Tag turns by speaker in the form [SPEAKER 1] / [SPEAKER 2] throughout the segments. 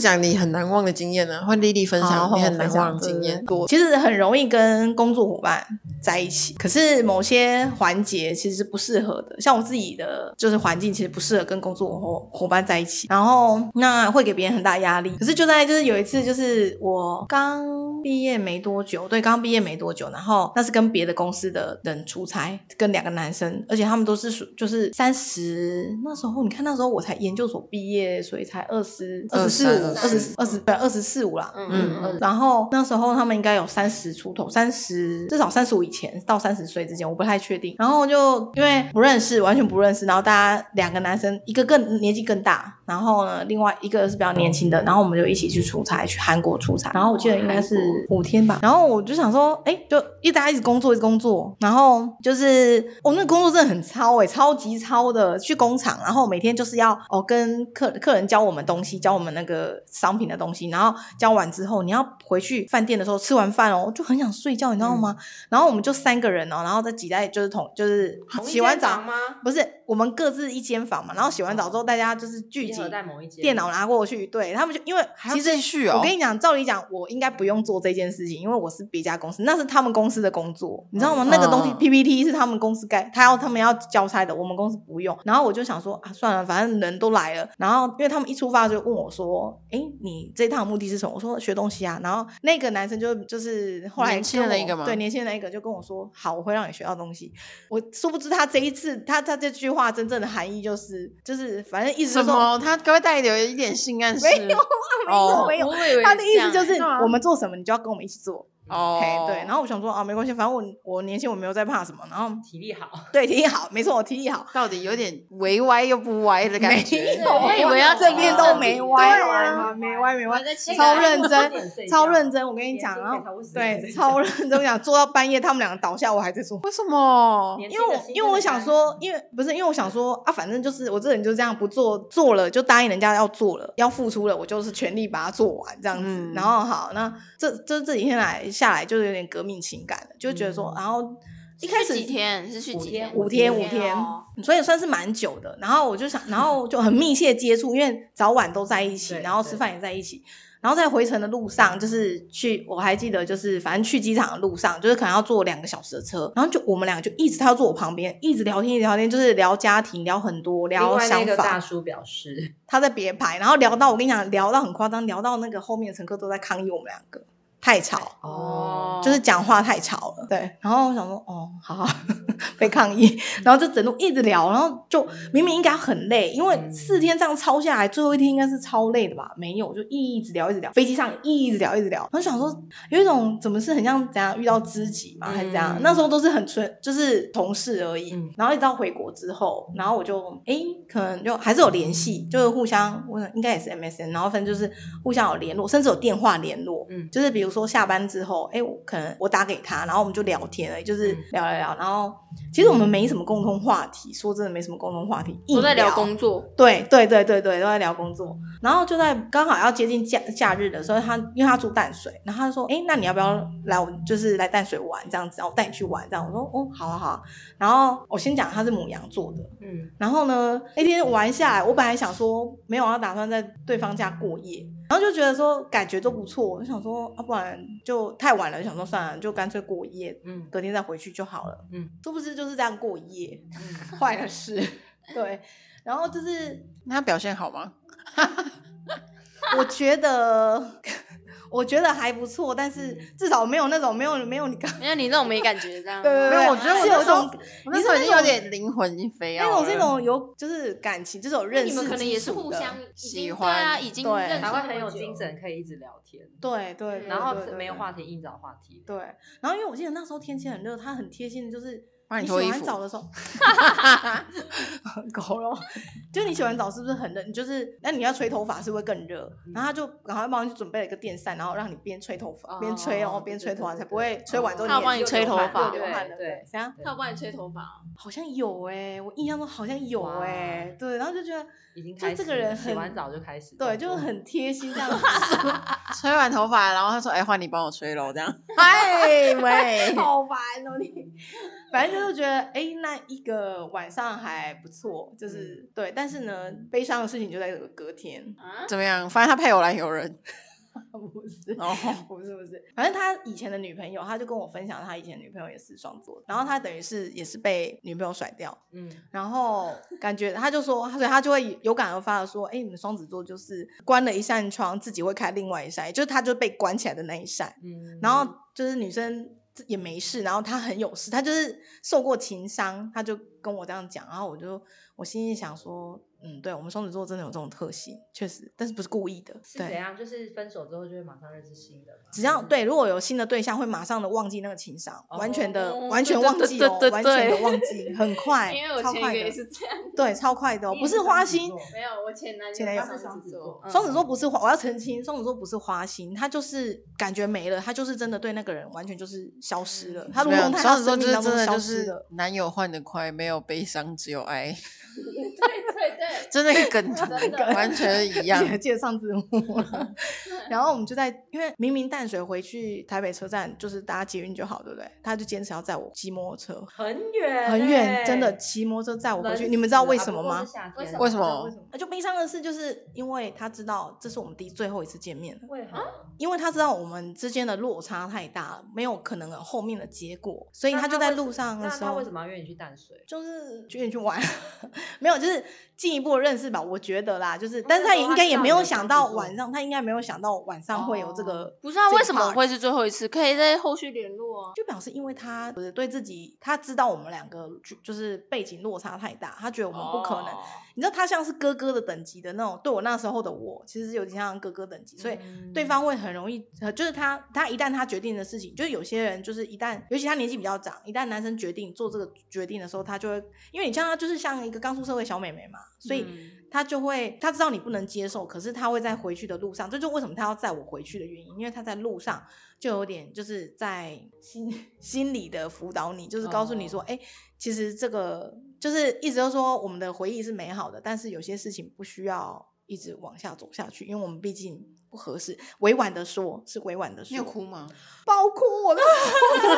[SPEAKER 1] 讲啊你很难忘的经验呢、换丽丽分
[SPEAKER 2] 好
[SPEAKER 1] 享
[SPEAKER 2] 换
[SPEAKER 1] 你
[SPEAKER 2] 我
[SPEAKER 1] 很难
[SPEAKER 2] 分享
[SPEAKER 1] 忘的经验。
[SPEAKER 2] 我其实很容易跟工作伙伴在一起，可是某些环节其实是不适合的。像我自己的就是环境，其实不适合跟工作伙伙伴在一起，然后那会给别人很大压力。可是就在就是有一次，就是我刚毕业没多久，对，刚毕业没多久，然后那是跟别的公司的人出差，跟两个男生，而且他们都是属就是三十那时候，你看那时候我才研究所毕业，所以才二十二十四五、二十二十对二十四五啦，
[SPEAKER 1] 嗯
[SPEAKER 2] 然后那时候他们应该有三十出头，三十至少三十五以前到三十岁之间，我不太确定。然后就因为不认识，完全不认识，然后大家两个男生，一个更年纪更大，然后呢，另外一个是比较年轻的，然后我们就一起去出差，去嗯韩国出差。然后我记得应该是五天吧，然后我就想说，哎，就一大家一直工作，一直工作，然后就是我、哦、那个工作真的很超哎、超级超的，去工厂，然后每天就是要哦跟客客人教我们东西，教我们那个商品的东西，然后教完之后，你要回去饭店的时候吃完饭哦，就很想睡觉，你知道吗？
[SPEAKER 3] 嗯
[SPEAKER 2] 然后我们就三个人哦，然后再挤在就是同就是
[SPEAKER 3] 同一
[SPEAKER 2] 洗完
[SPEAKER 3] 间
[SPEAKER 2] 澡
[SPEAKER 3] 房。吗？
[SPEAKER 2] 不是，我们各自一间房嘛，然后洗完澡之后，大家就是聚
[SPEAKER 3] 聚
[SPEAKER 2] 集
[SPEAKER 3] 合在某一间
[SPEAKER 2] 电脑拿过去，对他们就因为还要
[SPEAKER 1] 其实
[SPEAKER 2] 继
[SPEAKER 1] 续哦
[SPEAKER 2] 我跟你讲，照理讲，我应该不用做这件事情，因为我是别家公司，那是他们公司的工作，你知道吗？
[SPEAKER 1] 嗯
[SPEAKER 2] 那个东西
[SPEAKER 1] 嗯
[SPEAKER 2] PPT 是他们公司盖，他要他们要交差的，我们公司不用。然后我就想说啊，算了，反正人都来了。然后因为他们一出发就问我说，哎，你这趟目的是什么？我说学东西啊。然后那个男生就就是后来
[SPEAKER 1] 年轻的
[SPEAKER 2] 跟
[SPEAKER 1] 那
[SPEAKER 2] 我
[SPEAKER 1] 个吗
[SPEAKER 2] 对，年轻的那个就跟我说，好，我会让你学到东西。我殊不知他这一次，他他这句话真正的含义就是就是反正意思就
[SPEAKER 1] 什
[SPEAKER 2] 是说。
[SPEAKER 1] 么？他该不会带有一点性暗示？
[SPEAKER 2] 没有
[SPEAKER 1] 哦
[SPEAKER 2] 没有
[SPEAKER 3] 我以为
[SPEAKER 2] 他的意思
[SPEAKER 3] 这
[SPEAKER 2] 就
[SPEAKER 3] 样
[SPEAKER 2] 是
[SPEAKER 3] 欸
[SPEAKER 1] 啊
[SPEAKER 2] 我们做什么，你就要跟我们一起做。
[SPEAKER 1] 哦
[SPEAKER 2] 嘿，对。然后我想说啊，没关系，反正我我年轻，我没有在怕什么。然后
[SPEAKER 3] 体力好，
[SPEAKER 2] 对，体力好，没错，我体力好，
[SPEAKER 1] 到底有点微歪又不歪的感觉。
[SPEAKER 2] 没有
[SPEAKER 3] 对我以为要
[SPEAKER 2] 这边都没歪
[SPEAKER 1] 对
[SPEAKER 2] 啊，
[SPEAKER 1] 啊
[SPEAKER 2] 没歪没歪，
[SPEAKER 3] 在
[SPEAKER 2] 超认真，
[SPEAKER 3] 真
[SPEAKER 2] 超认。真。我跟你
[SPEAKER 3] 年
[SPEAKER 2] 讲，
[SPEAKER 3] 轻
[SPEAKER 2] 然
[SPEAKER 3] 可以超
[SPEAKER 2] 后
[SPEAKER 3] 过十年
[SPEAKER 2] 对，
[SPEAKER 3] 睡觉
[SPEAKER 2] 超认真，我讲做到半夜，他们两个倒下，我还在做。
[SPEAKER 1] 为什么？
[SPEAKER 3] 年
[SPEAKER 2] 因
[SPEAKER 3] 轻
[SPEAKER 2] 为
[SPEAKER 3] 的
[SPEAKER 2] 我
[SPEAKER 3] 心
[SPEAKER 2] 因为我
[SPEAKER 3] 真的
[SPEAKER 2] 想
[SPEAKER 3] 是
[SPEAKER 2] 说，因为不是因为我想说啊，反正就是我这人就这样，不做做了就答应人家要做了，要付出了，我就是全力把它做完这样子。
[SPEAKER 1] 嗯
[SPEAKER 2] 然后好，那这这这几天来下来，就是有点革命情感了，就觉得说，
[SPEAKER 3] 嗯
[SPEAKER 2] 然后一开始
[SPEAKER 4] 去几天是去几天？
[SPEAKER 2] 五天五
[SPEAKER 3] 五
[SPEAKER 2] 天
[SPEAKER 4] 哦，
[SPEAKER 2] 所以算是蛮久的。然后我就想，然后就很密切接触，因为早晚都在一起，
[SPEAKER 3] 对
[SPEAKER 2] 然后吃饭也在一起。然后在回程的路上，就是去，我还记得，就是反正去机场的路上，就是可能要坐两个小时的车，然后就我们两个就一直他要坐我旁边，一直聊天，一直聊天，就是聊家庭，聊很多，
[SPEAKER 3] 另
[SPEAKER 2] 聊
[SPEAKER 3] 外
[SPEAKER 2] 想
[SPEAKER 3] 那个大
[SPEAKER 2] 法。
[SPEAKER 3] 叔表示，
[SPEAKER 2] 他在别排，然后聊到我跟你讲，聊到很夸张，聊到那个后面的乘客都在抗议我们两个太吵，
[SPEAKER 3] 哦，
[SPEAKER 2] 就是讲话太吵了，对。然后我想说，哦，好 好被抗议，然后就整路一直聊，然后就明明应该很累，因为四天这样超下来，最后一天应该是超累的吧？没有，就一直聊一直聊，飞机上一直聊一直聊，然后想说有一种怎么是很像怎样遇到知己嘛，还是怎样？
[SPEAKER 3] 嗯
[SPEAKER 2] 那时候都是很纯，就是同事而已。
[SPEAKER 3] 嗯
[SPEAKER 2] 然后一直到回国之后，然后我就哎，诶可能就还是有联系，就是互相，我想应该也是 MSN，然后反正就是互相有联络，甚至有电话联络。
[SPEAKER 3] 嗯
[SPEAKER 2] 就是比如说下班之后，哎，我可能我打给他，然后我们就聊天而已，就是
[SPEAKER 3] 嗯
[SPEAKER 2] 聊聊聊，然后。其实我们没什么共同话题，说真的没什么共同话题，
[SPEAKER 4] 我在
[SPEAKER 2] 硬聊
[SPEAKER 4] 聊工作，
[SPEAKER 2] 对对对对对，都在聊工作。然后就在刚好要接近假假日的时候，他因为他住淡水，然后他就说：“哎，那你要不要来我就是来淡水玩这样子？然后我带你去玩这样。”我说：“哦，好啊好啊。”然后我先讲他是母羊座的，
[SPEAKER 3] 嗯，
[SPEAKER 2] 然后呢那天玩下来，我本来想说没有要打算在对方家过夜，然后就觉得说感觉都不错，我就想说啊，不然就太晚了，想说算了，就干脆过夜，
[SPEAKER 3] 嗯
[SPEAKER 2] 隔天再回去就好了。
[SPEAKER 3] 嗯，
[SPEAKER 2] 殊不知就是这样过夜，
[SPEAKER 3] 嗯，
[SPEAKER 2] 坏了事。 对，然后就是
[SPEAKER 1] 那他表现好吗？
[SPEAKER 2] 我觉得，我觉得还不错，但是
[SPEAKER 3] 嗯
[SPEAKER 2] 至少没有那种没有没有你刚
[SPEAKER 4] 没有你这种没感觉这样。
[SPEAKER 2] 对对
[SPEAKER 1] 没有，我觉得我
[SPEAKER 2] 是有
[SPEAKER 1] 那
[SPEAKER 2] 一
[SPEAKER 1] 时候
[SPEAKER 2] 种
[SPEAKER 1] 我那时候已经有点灵魂已经飞啊
[SPEAKER 2] 那
[SPEAKER 1] 了。
[SPEAKER 2] 种这种有就是感情，就是有认识
[SPEAKER 4] 你们可能也是
[SPEAKER 2] 基础
[SPEAKER 4] 互
[SPEAKER 2] 的
[SPEAKER 4] 相已经
[SPEAKER 1] 喜欢
[SPEAKER 4] 对啊，已经
[SPEAKER 2] 对
[SPEAKER 4] 认识
[SPEAKER 3] 才会
[SPEAKER 4] 那
[SPEAKER 3] 很有
[SPEAKER 4] 么久
[SPEAKER 3] 精。神，可以一直聊天，
[SPEAKER 2] 对对，对
[SPEAKER 3] 然后
[SPEAKER 2] 对对
[SPEAKER 3] 没有
[SPEAKER 2] 对
[SPEAKER 3] 话题硬找话题，
[SPEAKER 2] 对，然后因为我记得那时候天气很热，他很贴心的，就是
[SPEAKER 1] 帮你
[SPEAKER 2] 你洗
[SPEAKER 1] 脱衣
[SPEAKER 2] 完
[SPEAKER 1] 服
[SPEAKER 2] 澡的时候， 狗肉，就你洗完澡是不是很热？你就是那你要吹头发是不是更热？然后他就赶快帮你准备了一个电扇，然后让你边吹头发边吹
[SPEAKER 3] 哦
[SPEAKER 2] 哦，边
[SPEAKER 3] 对
[SPEAKER 2] 吹
[SPEAKER 3] 对
[SPEAKER 2] 头发
[SPEAKER 3] 对
[SPEAKER 2] 才
[SPEAKER 3] 对哦
[SPEAKER 2] 不会吹完之后
[SPEAKER 4] 他有帮
[SPEAKER 2] 也
[SPEAKER 4] 你吹头发
[SPEAKER 2] 流汗
[SPEAKER 3] 对
[SPEAKER 2] 了，
[SPEAKER 3] 对
[SPEAKER 2] 对，这样
[SPEAKER 4] 他有帮你吹头发，
[SPEAKER 2] 好像有哎，我印象中好像有
[SPEAKER 3] 哇
[SPEAKER 2] 哎，对，然后就觉得
[SPEAKER 3] 已经
[SPEAKER 2] 就
[SPEAKER 3] 开始
[SPEAKER 2] 这个人
[SPEAKER 3] 洗
[SPEAKER 2] 很
[SPEAKER 3] 完澡就开始动作，
[SPEAKER 2] 对，就是很贴心这样子。
[SPEAKER 1] 吹完头发，然后他说：“哎，换你帮我吹喽。”这样，
[SPEAKER 2] 哎喂，
[SPEAKER 4] 好烦哦你。
[SPEAKER 2] 反正就是觉得，哎、那一个晚上还不错，就是、
[SPEAKER 4] 嗯
[SPEAKER 2] 对。但是呢，悲伤的事情就在隔天，
[SPEAKER 4] 啊，
[SPEAKER 1] 怎么样？发现他配偶来有人，
[SPEAKER 2] 不是。
[SPEAKER 4] 哦
[SPEAKER 1] 然后
[SPEAKER 2] 不是不是，反正他以前的女朋友，他就跟我分享，他以前女朋友也是双子座的，然后他等于是也是被女朋友甩掉，
[SPEAKER 3] 嗯，
[SPEAKER 2] 然后感觉他就说，所以他就会有感而发的说，哎、你们双子座就是关了一扇窗，自己会开另外一扇，也就是他就被关起来的那一扇，
[SPEAKER 3] 嗯
[SPEAKER 2] 然后就是女生也没事，然后她很有事，她就是受过情伤，她就跟我这样讲，然后我就我心里想说，嗯，对我们双子座真的有这种特性，确实，但是不是故意的，
[SPEAKER 3] 是怎
[SPEAKER 2] 对。
[SPEAKER 3] 样？就是分手之后就会马上认识新的嘛，
[SPEAKER 2] 只
[SPEAKER 4] 嗯
[SPEAKER 2] 要对，如果有新的对象，会马上的忘记那个情伤，完全的、
[SPEAKER 4] 哦
[SPEAKER 2] 完全
[SPEAKER 4] 对
[SPEAKER 2] 忘
[SPEAKER 4] 对
[SPEAKER 2] 记
[SPEAKER 4] 对
[SPEAKER 2] 哦，
[SPEAKER 4] 对
[SPEAKER 2] 完全的
[SPEAKER 4] 对
[SPEAKER 2] 忘记，很快，
[SPEAKER 4] 因为我
[SPEAKER 2] 超
[SPEAKER 4] 前一
[SPEAKER 2] 快
[SPEAKER 4] 个
[SPEAKER 2] 的，
[SPEAKER 4] 也是这样，
[SPEAKER 2] 对，超快的、哦，
[SPEAKER 1] 嗯
[SPEAKER 2] 不是花心，
[SPEAKER 4] 没有，我前男
[SPEAKER 2] 前男友
[SPEAKER 4] 他
[SPEAKER 3] 是双子座
[SPEAKER 4] 嗯
[SPEAKER 2] 双子座不是花，我要澄清，双子座不是花心，他就是感觉没了，他就是真的对那个人完全就是消失了，他
[SPEAKER 1] 嗯
[SPEAKER 2] 如
[SPEAKER 1] 没有
[SPEAKER 2] 同他
[SPEAKER 1] 双子座
[SPEAKER 2] 的生
[SPEAKER 1] 就是
[SPEAKER 2] 命当
[SPEAKER 1] 真
[SPEAKER 2] 中
[SPEAKER 1] 的
[SPEAKER 2] 消
[SPEAKER 1] 就
[SPEAKER 2] 失
[SPEAKER 1] 是
[SPEAKER 2] 了。
[SPEAKER 1] 男友换得快，没有悲伤，只有爱，
[SPEAKER 4] 对对对，
[SPEAKER 1] 就那个梗图
[SPEAKER 4] 真的
[SPEAKER 1] 完全一样
[SPEAKER 2] 你。还记得上字幕吗？然后我们就在，因为明明淡水回去台北车站就是搭捷运就好，对不对？他就坚持要载我骑摩托车，
[SPEAKER 3] 很远
[SPEAKER 2] 很
[SPEAKER 3] 欸
[SPEAKER 2] 远，真的骑摩托车载我回去。你们知道
[SPEAKER 3] 啊
[SPEAKER 1] 啊
[SPEAKER 2] 为什么吗？
[SPEAKER 3] 为
[SPEAKER 1] 为什么
[SPEAKER 2] 那就悲伤的事，就是因为他知道这是我们第最后一次见面了。
[SPEAKER 3] 为何？
[SPEAKER 2] 因为他知道我们之间的落差太大了，没有可能有后面的结果，所以
[SPEAKER 3] 那
[SPEAKER 2] 他就
[SPEAKER 3] 为
[SPEAKER 2] 在
[SPEAKER 3] 什
[SPEAKER 2] 路上的
[SPEAKER 3] 那
[SPEAKER 2] 时
[SPEAKER 3] 他
[SPEAKER 2] 候
[SPEAKER 3] 为，什么要约你去淡水？
[SPEAKER 2] 就是 就去玩，没有，就是进一步的认识吧。我觉得啦，就是，
[SPEAKER 3] 哦那
[SPEAKER 2] 但是他
[SPEAKER 3] 时候
[SPEAKER 2] 应
[SPEAKER 3] 他
[SPEAKER 2] 该
[SPEAKER 3] 知
[SPEAKER 2] 也
[SPEAKER 3] 道
[SPEAKER 2] 没
[SPEAKER 3] 你
[SPEAKER 2] 有
[SPEAKER 3] 的
[SPEAKER 2] 想
[SPEAKER 3] 双子
[SPEAKER 2] 到
[SPEAKER 3] 座
[SPEAKER 2] 晚上，他应该没有想到晚上会有这
[SPEAKER 3] 哦
[SPEAKER 2] 个，
[SPEAKER 4] 不知道
[SPEAKER 2] 这
[SPEAKER 4] 为
[SPEAKER 2] 一
[SPEAKER 4] 什么
[SPEAKER 2] part
[SPEAKER 4] 会是最后一次，可以在后续联络啊。
[SPEAKER 2] 就表示因为他不是对自己，他知道我们两个就就是背景落差太大，他觉得我们不可能。
[SPEAKER 3] 哦
[SPEAKER 2] 你知道，他像是哥哥的等级的那种，对我那时候的我，其实有点像哥哥等级，所以
[SPEAKER 1] 嗯
[SPEAKER 2] 对方会很容易，呃就是他他一旦他决定的事情，就是有些人就是一旦，尤其他年纪比较长，一旦男生决定做这个决定的时候，他就会，因为你像他就是像一个刚出社会小美眉嘛，所以
[SPEAKER 4] 嗯
[SPEAKER 2] 他就会他知道你不能接受，可是他会在回去的路上，这就是为什么他要载我回去的原因，因为他在路上就有点就是在心 心理的辅导你，就是告诉你说，哎、其实这个就是一直都说我们的回忆是美好的，但是有些事情不需要一直往下走下去，因为我们毕竟不合适。委婉的说，是委婉的说。
[SPEAKER 1] 你有哭吗？
[SPEAKER 2] 爆哭我的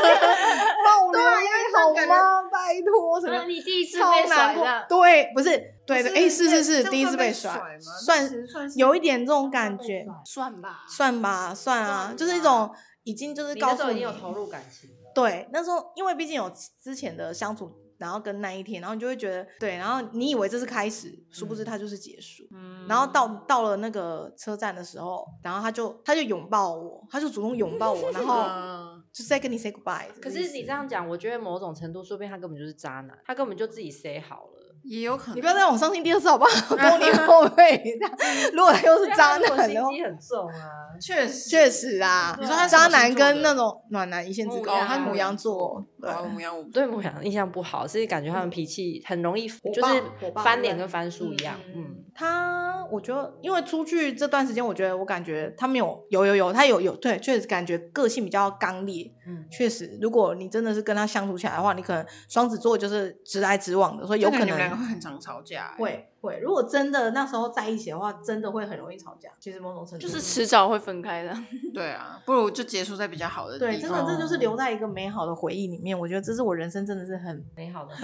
[SPEAKER 2] 爆流
[SPEAKER 1] 感
[SPEAKER 2] 泪好
[SPEAKER 1] 觉
[SPEAKER 2] 吗？拜托，什
[SPEAKER 4] 啊
[SPEAKER 2] 么？
[SPEAKER 4] 你第一次
[SPEAKER 2] 超
[SPEAKER 4] 被甩
[SPEAKER 2] 难过
[SPEAKER 4] 的，，
[SPEAKER 2] 对，不是，对
[SPEAKER 1] 不
[SPEAKER 2] 对，
[SPEAKER 1] 是
[SPEAKER 2] 哎，是
[SPEAKER 1] 这
[SPEAKER 2] 是是，
[SPEAKER 1] 这
[SPEAKER 2] 第一次
[SPEAKER 1] 算被
[SPEAKER 2] 甩
[SPEAKER 1] 甩吗，
[SPEAKER 2] 算
[SPEAKER 1] 其实算是
[SPEAKER 2] 有一点这种感觉，
[SPEAKER 4] 算吧，
[SPEAKER 2] 算吧，算啊，
[SPEAKER 4] 算
[SPEAKER 2] 就是一
[SPEAKER 4] 吧
[SPEAKER 2] 种已经就是
[SPEAKER 3] 你
[SPEAKER 2] 告
[SPEAKER 3] 那时
[SPEAKER 2] 诉
[SPEAKER 3] 候已
[SPEAKER 2] 你
[SPEAKER 3] 经有投入感情了，
[SPEAKER 2] 对，那时候因为毕竟有之前的相处，然后跟那一天，然后你就会觉得对，然后你以为这是开始，殊不知
[SPEAKER 3] 嗯
[SPEAKER 2] 它就是结束。
[SPEAKER 4] 嗯
[SPEAKER 2] 然后到到了那个车站的时候，然后他就他就拥抱我，他就主动拥抱 我，然后
[SPEAKER 1] 嗯，
[SPEAKER 2] 就是在跟你 say goodbye 这个意思。
[SPEAKER 3] 可是你这样讲，我觉得某种程度，说不定他根本就是渣男，他根本就自己 say 好了。
[SPEAKER 1] 也有可能。
[SPEAKER 2] 你不要再让我伤心第二次好不 好？多年后会这样，如果他又是渣
[SPEAKER 3] 要不然
[SPEAKER 2] 男哦的话
[SPEAKER 3] 如果心，机很重啊，
[SPEAKER 1] 确实
[SPEAKER 2] 确实啊，
[SPEAKER 3] 你说他是什
[SPEAKER 2] 渣
[SPEAKER 1] 么星
[SPEAKER 2] 男
[SPEAKER 1] 座
[SPEAKER 2] 跟
[SPEAKER 1] 的
[SPEAKER 2] 那种暖男一线之
[SPEAKER 4] 母
[SPEAKER 2] 隔，
[SPEAKER 4] 羊
[SPEAKER 2] 他是母
[SPEAKER 4] 母
[SPEAKER 2] 羊
[SPEAKER 1] 羊
[SPEAKER 2] 座，对，
[SPEAKER 1] 好，我们要我
[SPEAKER 3] 对母羊印象不好，是感觉他们脾气很容易，就
[SPEAKER 2] 爆
[SPEAKER 3] 是
[SPEAKER 2] 火爆
[SPEAKER 3] 翻脸
[SPEAKER 2] 对
[SPEAKER 3] 跟翻书一样。嗯，
[SPEAKER 2] 他，我觉得，因为出去这段时间，我觉得我感觉他没有，有有有，他有有，对，确实感觉个性比较刚烈。
[SPEAKER 3] 嗯
[SPEAKER 2] 确实，如果你真的是跟他相处起来的话，你可能双子座就是直来直往的，所以有
[SPEAKER 1] 真的
[SPEAKER 2] 可
[SPEAKER 1] 你们两个会
[SPEAKER 2] 能
[SPEAKER 1] 很常吵架、欸，
[SPEAKER 2] 会会。如果真的那时候在一起的话，真的会很容易吵架。其实某种程度
[SPEAKER 4] 就是迟早会分开的。
[SPEAKER 1] 对啊，不如就结束在比较好的地
[SPEAKER 2] 对，
[SPEAKER 1] 方。
[SPEAKER 2] 真的这就是留在一个美好的回忆里面。我觉得这是我人生真的是很
[SPEAKER 3] 美好 的，